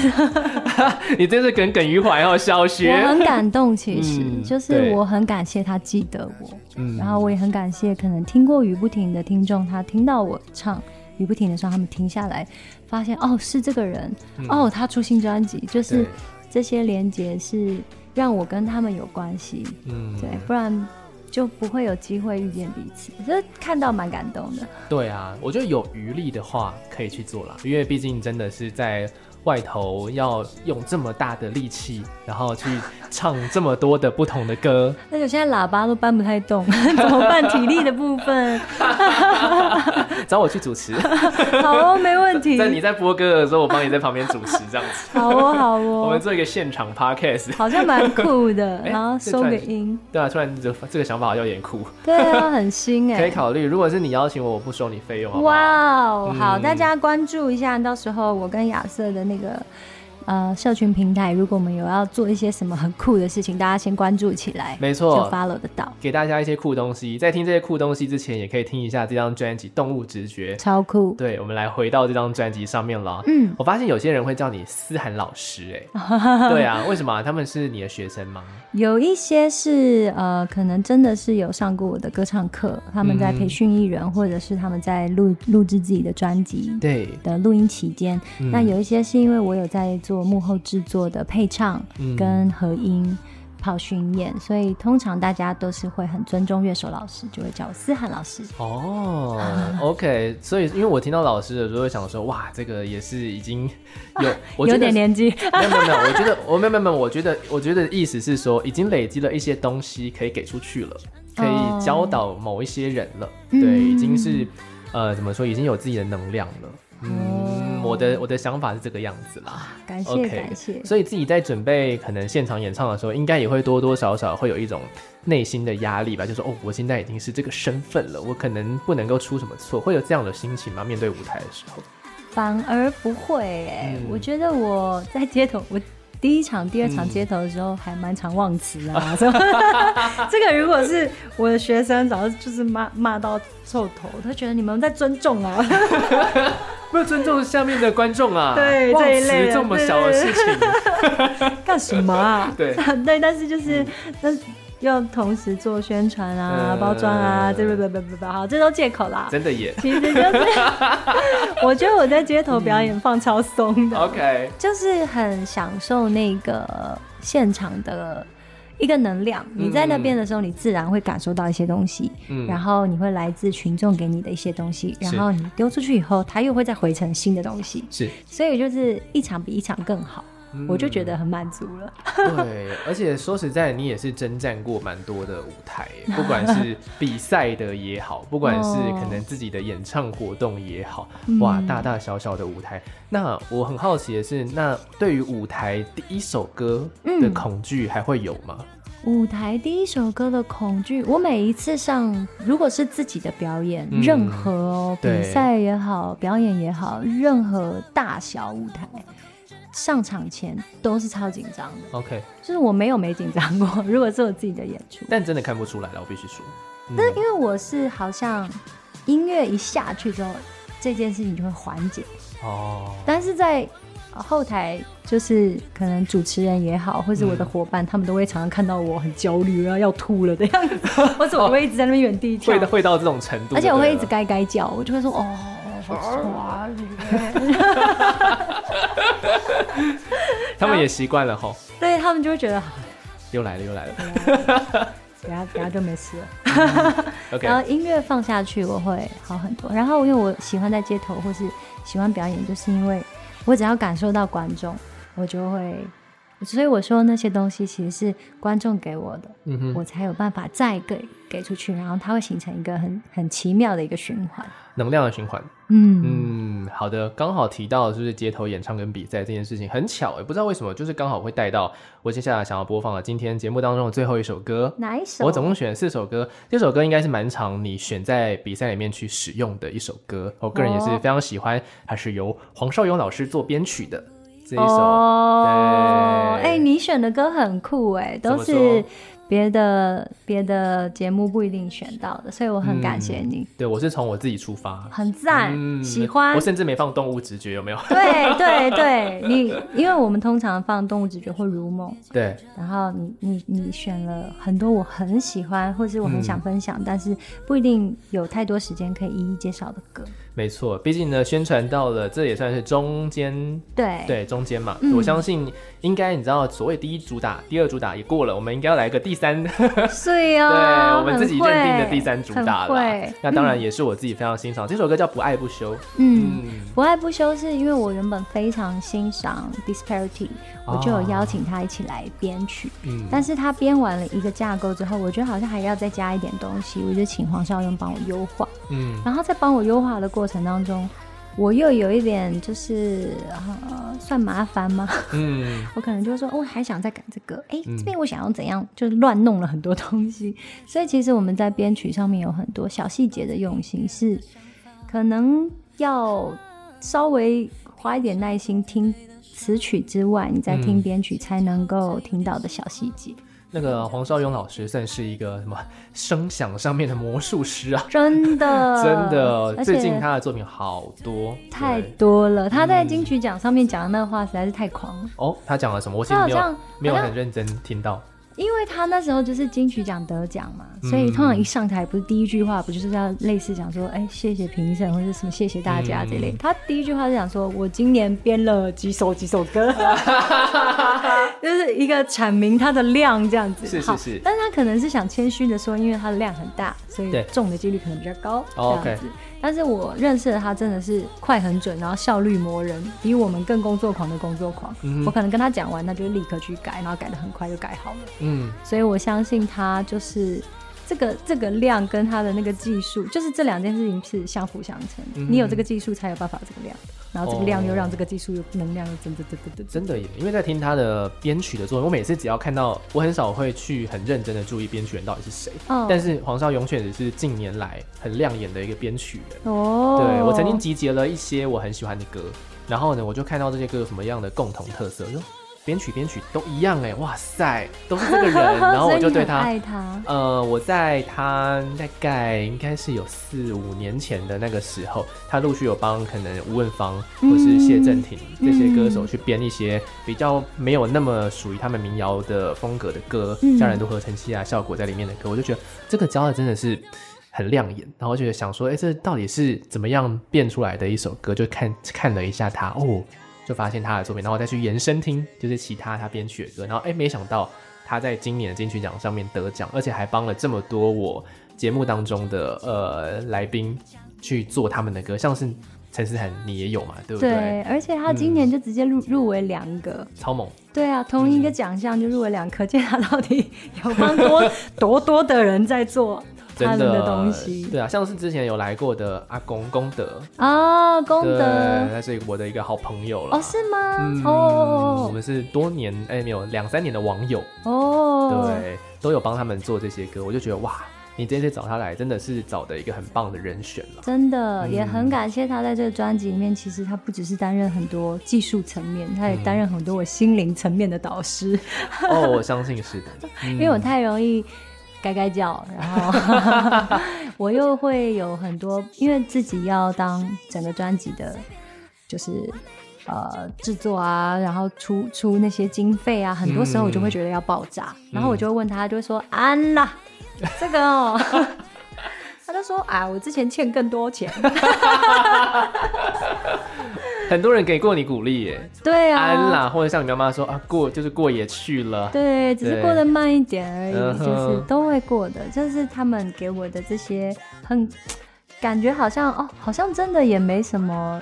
Speaker 2: *laughs*
Speaker 1: 你真是耿耿于怀哦，小
Speaker 2: 我
Speaker 1: 学。
Speaker 2: 很感动。其实、
Speaker 1: 嗯
Speaker 2: 就是
Speaker 1: 对
Speaker 2: 我很感谢他记得我，
Speaker 1: 嗯
Speaker 2: 然后我也很感谢可能听过雨不停的听众，他听到我唱。雨不停的时候，他们停下来，发现哦是这个人，哦他出新专辑，就是
Speaker 1: 嗯对
Speaker 2: 这些连接是让我跟他们有关系，
Speaker 1: 嗯
Speaker 2: 对，不然就不会有机会遇见彼此，这看到蛮感动的。
Speaker 1: 对啊，我觉得有余力的话可以去做啦，因为毕竟真的是在外头要用这么大的力气，然后去唱这么多的不同的
Speaker 2: *laughs*
Speaker 1: 歌，
Speaker 2: 而且我现在喇叭都搬不
Speaker 1: *laughs*
Speaker 2: 太动， *laughs* 怎么办？体力的部分，
Speaker 1: 找我去主
Speaker 2: *laughs*
Speaker 1: 持。
Speaker 2: 好哦，没问题。
Speaker 1: 在你在播歌的时候，我帮你在旁边主持，这样
Speaker 2: *laughs*
Speaker 1: 子，
Speaker 2: 好哦，好
Speaker 1: *laughs* 我们
Speaker 2: 哦，
Speaker 1: 做一个现场 podcast。
Speaker 2: 好像蛮酷的。
Speaker 1: *laughs* 哎
Speaker 2: 然后收个音，
Speaker 1: 对啊，突然就这个想法好像有点酷，
Speaker 2: 对啊，很新
Speaker 1: 可以
Speaker 2: 哎。
Speaker 1: 考虑。如果是你邀请我，我不收你费用，好不好？
Speaker 2: 哇哦，好，
Speaker 1: 嗯
Speaker 2: 大家关注一下，到时候我跟亚瑟的那个呃社群平台，如果我们有要做一些什么很酷的事情，大家先关注起来，
Speaker 1: 没
Speaker 2: 就
Speaker 1: 错，
Speaker 2: follow 得到，
Speaker 1: 给大家一些酷东西。在听这些酷东西之前，也可以听一下这张专辑《动物直觉》。
Speaker 2: 超酷。
Speaker 1: 对，我们来回到这张专辑上面了。
Speaker 2: 嗯，
Speaker 1: 我发现有些人会叫你思涵老师、
Speaker 2: *laughs*
Speaker 1: 哎，对啊，为什么啊、他们是你的学生吗？
Speaker 2: 有一些是呃，可能真的是有上过我的歌唱课，他们在
Speaker 1: 嗯
Speaker 2: 培训艺人，或者是他们在录录制自己的专辑
Speaker 1: 对，
Speaker 2: 的录音期间。
Speaker 1: 嗯
Speaker 2: 那有一些是因为我有在做幕后制作的配唱
Speaker 1: 嗯
Speaker 2: 跟合音。跑巡演，所以通常大家都是会很尊重乐手老师，就会叫我思涵老师。
Speaker 1: 哦、o *laughs* k 所以因为我听到老师的时候，会想说，哇，这个也是已经有，我觉
Speaker 2: 有
Speaker 1: 得是。
Speaker 2: 点年
Speaker 1: *laughs*
Speaker 2: 纪，
Speaker 1: 没有没有没有，我觉得我没有没有没有，我觉得我觉得意思是说，已经累积了一些东西可以给出去了，可
Speaker 2: 哦
Speaker 1: 以教导某一些人了，
Speaker 2: 嗯
Speaker 1: 对，已经是呃怎么说，已经有自己的能量了。嗯，
Speaker 2: 哦啊
Speaker 1: 我的我的想法是这个样子啦。
Speaker 2: 感谢
Speaker 1: OK，
Speaker 2: 感谢。
Speaker 1: 所以自己在准备可能现场演唱的时候，应该也会多多少少会有一种内心的压力吧，就说哦，我现在已经是这个身份了，我可能不能够出什么错，会有这样的心情吗？面对舞台的时候，
Speaker 2: 反而不会、欸，
Speaker 1: 嗯
Speaker 2: 我觉得我在街头，我第一场、第二场街头的时候还蛮常忘
Speaker 1: *laughs*
Speaker 2: 词啊，什么 *laughs* 这个如果是我的学生，早就就是骂骂到臭头，他觉得你们在尊重啊，
Speaker 1: 不要尊重下面的观众啊，
Speaker 2: 对
Speaker 1: 忘
Speaker 2: 这一类
Speaker 1: 词
Speaker 2: 的
Speaker 1: 这么小的事
Speaker 2: *laughs*
Speaker 1: 情，
Speaker 2: *laughs* 干什么啊？
Speaker 1: *laughs* 对
Speaker 2: *laughs* 对，但是就是但是要同时做宣传啊、
Speaker 1: 嗯
Speaker 2: 包装啊，对不对不不不，好，这都借口啦。
Speaker 1: 真的耶。
Speaker 2: 其实就是， *laughs* 我觉得我在街头表
Speaker 1: 嗯
Speaker 2: 演放超松的，
Speaker 1: OK，
Speaker 2: 就是很享受那个现场的一个能量。你在那边的时候，你自然会感受到一些东西，
Speaker 1: 嗯
Speaker 2: 然后你会来自群众给你的一些东西，然
Speaker 1: 是
Speaker 2: 后你丢出去以后，它又会再回成新的东西，
Speaker 1: 是，
Speaker 2: 所以就是一场比一场更好，
Speaker 1: 嗯
Speaker 2: 我就觉得很满足了。
Speaker 1: *laughs* 对，而且说实在，你也是征战过蛮多的舞台耶，不管是比赛的也好，不管是可能自己的演唱活动也好，哇，大大小小的舞台。那我很好奇的是，那对于舞台第一首歌的恐惧还会有吗？
Speaker 2: 舞台第一首歌的恐惧，我每一次上，如果是自己的表演，
Speaker 1: 嗯
Speaker 2: 任何哦，
Speaker 1: 对
Speaker 2: 比赛也好，表演也好，任何大小舞台，上场前都是超紧张的。
Speaker 1: OK，
Speaker 2: 就是我没有没紧张过，如果是我自己的演出， *laughs*
Speaker 1: 但真的看不出来了，我必须说。嗯
Speaker 2: 但因为我是好像音乐一下去之后，这件事情就会缓解，
Speaker 1: 哦，
Speaker 2: 但是在呃后台，就是可能主持人也好，或是
Speaker 1: 嗯
Speaker 2: 我的伙伴，他们都会常常看到我很焦虑，然后要吐了的样子。
Speaker 1: *laughs*
Speaker 2: 我怎么会一直在那边原地跳
Speaker 1: 会？到会到这种程度，啊
Speaker 2: 而且我
Speaker 1: 就对嗯
Speaker 2: 会
Speaker 1: 了
Speaker 2: 一直该该叫，我就会说哦，我哇，
Speaker 1: 他们也习惯了吼，
Speaker 2: 对他们就会觉得好
Speaker 1: 又来了又来了。
Speaker 2: 等下等下就没事了。
Speaker 1: OK，
Speaker 2: 然后呃音乐放下去，我会好很多。然后因为我喜欢在街头或是喜欢表演，就是因为我只要感受到观众，我就会。所以我说那些东西其实是观众给我的，
Speaker 1: 嗯哼，
Speaker 2: 我才有办法再给给出去，然后它会形成一个很很奇妙的一个循环。
Speaker 1: 能量的循环。
Speaker 2: 嗯，
Speaker 1: 嗯，好的，刚好提到就是街头演唱跟比赛这件事情，很巧也不知道为什么，就是刚好会带到我接下来想要播放的今天节目当中的最后一首歌。
Speaker 2: 哪一首？
Speaker 1: 我总共选了四首歌，这首歌应该是蛮常你选在比赛里面去使用的一首歌，我个人也是
Speaker 2: 哦
Speaker 1: 非常喜欢，它是由黄少勇老师做编曲的这一首。
Speaker 2: 哦，
Speaker 1: 对
Speaker 2: 哎、你选的歌很酷哎、都
Speaker 1: 怎么
Speaker 2: 是
Speaker 1: 说
Speaker 2: 别的别的节目不一定选到的，所以我很
Speaker 1: 嗯
Speaker 2: 感谢你，
Speaker 1: 对我是从我自己出发，
Speaker 2: 很赞，喜欢
Speaker 1: 嗯我。甚至没放动物直觉，有没有？ *laughs*
Speaker 2: *laughs* 对对对，你因为我们通常放动物直觉或如梦，
Speaker 1: 对，
Speaker 2: 然后你你你选了很多我很喜欢或是我很想分享，但是不一定有太多时间可以一一介绍的歌。
Speaker 1: 没错，毕竟呢，宣传到了，这也算是中间
Speaker 2: 对，
Speaker 1: 对，中间嘛，
Speaker 2: 嗯
Speaker 1: 我相信应该你知道，所谓第一主打、第二主打也过了，我们应该要来个第三， *laughs*
Speaker 2: 是
Speaker 1: 对
Speaker 2: 哦，
Speaker 1: 我们自己
Speaker 2: 很会
Speaker 1: 认定的第三主打了
Speaker 2: 很会。
Speaker 1: 那当然也是我自己非常欣赏，这首歌叫《不爱不休》。
Speaker 2: 嗯，
Speaker 1: 嗯，
Speaker 2: 不爱不休是因为我原本非常欣赏 Disparity，我就有
Speaker 1: 哦
Speaker 2: 邀请他一起来编曲，
Speaker 1: 嗯
Speaker 2: 但是他编完了一个架构之后，我觉得好像还要再加一点东西，我就请黄少雍帮我优化，
Speaker 1: 嗯，
Speaker 2: 然后在帮我优化的过程当中。我又有一点就是呃，算麻烦吗？ *laughs*
Speaker 1: 嗯，
Speaker 2: 我可能就会说，哦，我还想再改这个，哎、
Speaker 1: 嗯
Speaker 2: 这边我想要怎样，就是乱弄了很多东西。所以其实我们在编曲上面有很多小细节的用心，是可能要稍微花一点耐心听词曲之外，你在听
Speaker 1: 嗯
Speaker 2: 编曲才能够听到的小细节。
Speaker 1: 那个黄少勇老师算是一个什么声响上面的魔术师啊，
Speaker 2: 真
Speaker 1: *laughs*
Speaker 2: 的，
Speaker 1: 真的，
Speaker 2: 呃
Speaker 1: 哦
Speaker 2: 而
Speaker 1: 最近
Speaker 2: 且
Speaker 1: 他的嗯作品好多，
Speaker 2: 太
Speaker 1: 对
Speaker 2: 多了。他在金曲奖上面讲的那话实在是太狂了。
Speaker 1: 哦，他讲了什么？我其
Speaker 2: 他
Speaker 1: 实没
Speaker 2: 好
Speaker 1: 有
Speaker 2: 像
Speaker 1: 没有
Speaker 2: 好像
Speaker 1: 很认真听到。
Speaker 2: 因为他那时候就是金曲奖得奖嘛，
Speaker 1: 嗯
Speaker 2: 所以通常一上台不是第一句话不就是要类似讲说，哎，谢谢评审或者什么谢谢大家这类。
Speaker 1: 嗯
Speaker 2: 他第一句话是讲说，我今年编了几首几首
Speaker 1: *laughs*
Speaker 2: 歌， *laughs* 就是一个阐明他的量这样子。
Speaker 1: 是是
Speaker 2: 好
Speaker 1: 是
Speaker 2: 但是他可能是想谦虚的说，因为他的量很大，所以
Speaker 1: 对
Speaker 2: 中的几率可能比较高这
Speaker 1: 哦
Speaker 2: 样子。但是我认识的他真的是快很准，然后效率磨人，比我们更工作狂的工作狂。
Speaker 1: 嗯哼
Speaker 2: 我可能跟他讲完，他就立刻去改，然后改的很快就改好了。
Speaker 1: 嗯，
Speaker 2: 所以我相信他就是这个这个量跟他的那个技术，就是这两件事情是相辅相成。
Speaker 1: 嗯
Speaker 2: 你有这个技术，才有办法有这个量，然后这个量
Speaker 1: 哦
Speaker 2: 又让这个技术有能量又增增增增增。
Speaker 1: 真的耶，因为在听他的编曲的作品，我每次只要看到，我很少会去很认真的注意编曲人到底是谁。
Speaker 2: 哦
Speaker 1: 但是黄少勇确实是近年来很亮眼的一个编曲人。
Speaker 2: 哦，
Speaker 1: 对我曾经集结了一些我很喜欢的歌，然后呢，我就看到这些歌有什么样的共同特色，我就编曲编曲都一样哎，哇塞，都是这个
Speaker 2: *laughs*
Speaker 1: 人，然后我就对
Speaker 2: 所以你很
Speaker 1: 他。
Speaker 2: 爱他，
Speaker 1: 呃，我在他大概应该是有四五年前的那个时候，他陆续有帮可能吴文芳或是谢振廷这些歌手去编一些比较没有那么属于他们民谣的风格的歌，
Speaker 2: 嗯
Speaker 1: 家人如何晨曦啊、效果在里面的歌，我就觉得这个教的真的是很亮眼，然后就想说，哎、这到底是怎么样变出来的一首歌？就看看了一下他哦，就发现他的作品，然后我再去延伸听，就是其他他编曲的歌，然后哎、没想到他在今年的金曲奖上面得奖，而且还帮了这么多我节目当中的呃来宾去做他们的歌，像是陈思涵你也有嘛，对不对？
Speaker 2: 对，而且他今年就直接入入围两个，
Speaker 1: 超猛，
Speaker 2: 对啊，同一个奖项就入围两个，可见他到底有
Speaker 1: *laughs*
Speaker 2: 帮多多多的人在做他
Speaker 1: 真
Speaker 2: 们的东西
Speaker 1: 对啊，像是之前有来过的阿公功德，
Speaker 2: 啊，功
Speaker 1: 对，
Speaker 2: 德
Speaker 1: 他是我的一个好朋友了。
Speaker 2: 哦，是吗？
Speaker 1: 嗯，我
Speaker 2: 哦
Speaker 1: 们是多年哎、没有两三年的网友，
Speaker 2: 哦哦，
Speaker 1: 对，都有帮他们做这些歌，我就觉得哇，你这次找他来真的是找的一个很棒的人选
Speaker 2: *laughs*
Speaker 1: 了。
Speaker 2: 真的也很感谢他在这个专辑里面，其实他不只是担任很多技术层面，他也担任很多我心灵层面的导师，
Speaker 1: 哦，我相信是的，
Speaker 2: *laughs* 因为我太容易。该该叫，然后我又会有很多，因为自己要当整个专辑的，就是呃制作啊，然后出出那些经费啊，很多时候我就会觉得要爆炸，然后我就会问他，就会说安啦，这个哦， *laughs* 他就说啊，我之前欠更多钱，
Speaker 1: 嗯很多人给过你鼓励耶，
Speaker 2: 对啊，
Speaker 1: 安啦，或者像你妈妈说啊，过就是过也去了，
Speaker 2: 对，只是
Speaker 1: 对
Speaker 2: 过得慢一点
Speaker 1: 嗯
Speaker 2: 而已，
Speaker 1: 哼
Speaker 2: 就是都会过的。就是他们给我的这些很，感觉好像哦，好像真的也没什么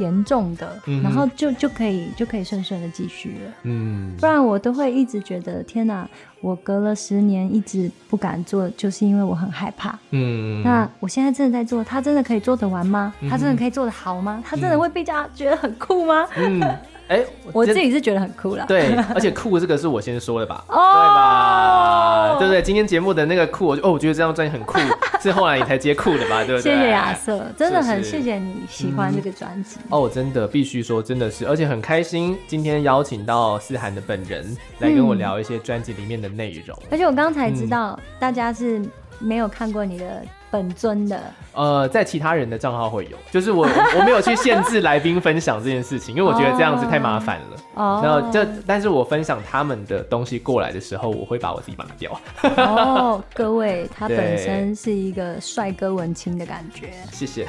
Speaker 2: 严重的，
Speaker 1: 嗯哼
Speaker 2: 然后就就可以就可以顺顺的继续了。
Speaker 1: 嗯
Speaker 2: 不然我都会一直觉得天哪，我隔了十年一直不敢做，就是因为我很害怕。
Speaker 1: 嗯，
Speaker 2: 那我现在真的在做，他真的可以做得完吗？他真的可以做得好吗？他真的会被大家觉得很酷
Speaker 1: *laughs*
Speaker 2: 吗？
Speaker 1: 嗯，
Speaker 2: *laughs*
Speaker 1: 哎，
Speaker 2: 我
Speaker 1: 这
Speaker 2: 自己是觉得很酷了。 *laughs*
Speaker 1: 对，而且酷这个是我先说的吧，
Speaker 2: 哦
Speaker 1: 对吧？对不对？今天节目的那个酷，我就哦，我觉得这张专辑很酷，是后来你才接酷的吧？对不对？
Speaker 2: 谢谢亚瑟，真的很
Speaker 1: 是是
Speaker 2: 谢谢你喜欢这个专辑。
Speaker 1: 哦，真的必须说，真的是，而且很开心，今天邀请到思涵的本人来跟我聊一些专辑里面的内容。
Speaker 2: 而且我刚才知道
Speaker 1: 嗯
Speaker 2: 大家是没有看过你的本尊
Speaker 1: *laughs*
Speaker 2: 的，
Speaker 1: 呃，在其他人的账号会有，就是我 *laughs* 我没有去限制来宾分享这件事情，因为我觉得这样子太麻烦了。
Speaker 2: 哦
Speaker 1: 然后这，但是我分享他们的东西过来的时候，我会把我自己抹掉。
Speaker 2: 哦，各位，他
Speaker 1: 对
Speaker 2: 本身是一个帅哥文青的感觉。
Speaker 1: 谢
Speaker 2: *laughs*
Speaker 1: 谢，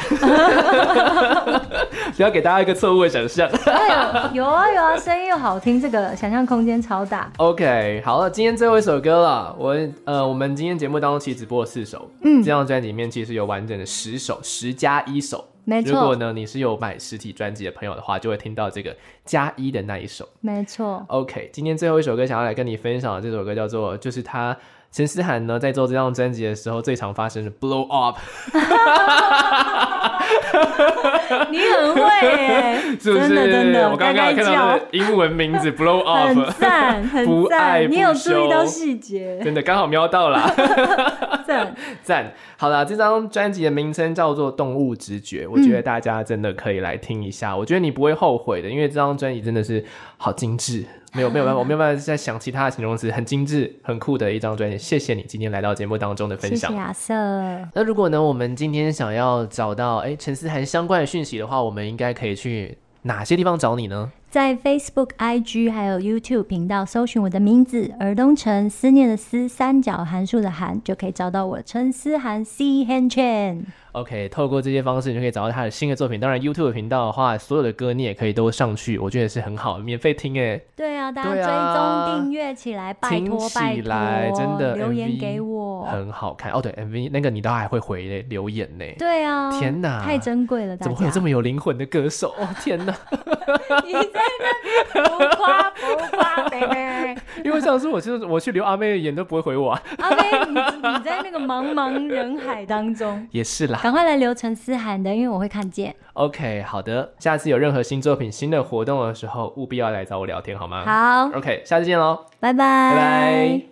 Speaker 1: 不要给大家一个错误的想象。
Speaker 2: 哎呦，有啊有啊，声音又好听，这个想象空间超大。
Speaker 1: OK，好了，今天最后一首歌了。我呃，我们今天节目当中其实只播了四首，嗯，这张专辑里面其实有完整的十首，十加一首。
Speaker 2: 没错
Speaker 1: 如果呢你是有买实体专辑的朋友的话，就会听到这个加一的那一首。
Speaker 2: 没错，
Speaker 1: OK，今天最后一首歌想要来跟你分享的这首歌叫做，就是他陈思涵呢在做这张专辑的时候最常发生的 blow up，
Speaker 2: 你很会耶，
Speaker 1: 是不是？
Speaker 2: *laughs* 真的真的，
Speaker 1: 我刚刚有看
Speaker 2: 该
Speaker 1: 到
Speaker 2: 叫
Speaker 1: 那个英文名字 blow
Speaker 2: *laughs* 很
Speaker 1: up，
Speaker 2: 赞
Speaker 1: *laughs* 不
Speaker 2: 很
Speaker 1: 爱
Speaker 2: 赞，
Speaker 1: 不
Speaker 2: 你有注意到
Speaker 1: 休
Speaker 2: 细节，
Speaker 1: 真的刚好瞄到了。
Speaker 2: 赞。
Speaker 1: 赞，好啦，这张专辑的名称叫做《动物直觉》，
Speaker 2: 嗯
Speaker 1: 我觉得大家真的可以来听一下，我觉得你不会后悔的，因为这张专辑真的是好精致，没有没有办法，我没有办法再想其他的形容词，很精致、很酷的一张专辑。谢谢你今天来到节目当中的分
Speaker 2: 谢
Speaker 1: 享
Speaker 2: 谢。啊亚瑟，
Speaker 1: 那如果呢，我们今天想要找到哎陈思涵相关的讯息的话，我们应该可以去哪些地方找你呢？
Speaker 2: 在 Facebook、IG 还有 YouTube 频道搜寻我的名字“尔东城”，思念的思，三角函数的函，就可以找到我陈思涵 C Han Chen。
Speaker 1: OK，透过这些方式，你就可以找到他的新的作品。当然，YouTube 频道的话，所有的歌你也可以都上去，我觉得是很好，免费听哎。
Speaker 2: 对啊，大
Speaker 1: 对
Speaker 2: 家
Speaker 1: 啊
Speaker 2: 追踪订阅起来，拜
Speaker 1: 听
Speaker 2: 托拜
Speaker 1: 起来
Speaker 2: 托，
Speaker 1: 真的
Speaker 2: 留言
Speaker 1: MV
Speaker 2: 给我。
Speaker 1: 很好看哦。对，MV 那个你都还会回嘞留言呢。
Speaker 2: 对啊，
Speaker 1: 天哪
Speaker 2: 太珍贵了，大
Speaker 1: 怎么
Speaker 2: 家
Speaker 1: 会有这么有灵魂的歌手？哦 *laughs* 天哪！
Speaker 2: 你在那边浮夸浮
Speaker 1: *laughs*
Speaker 2: 夸，baby。
Speaker 1: 因为上次我就是我去留阿妹的眼都不会回
Speaker 2: *laughs*
Speaker 1: 我、啊，
Speaker 2: 阿飞，你你在那个茫茫人海当中，
Speaker 1: 也是啦。
Speaker 2: 赶快来留陈思涵的，因为我会看见。
Speaker 1: OK，好的，下次有任何新作品、新的活动的时候，务必要来找我聊天好吗？
Speaker 2: 好，
Speaker 1: ，OK，下次见喽，
Speaker 2: 拜拜，
Speaker 1: 拜拜。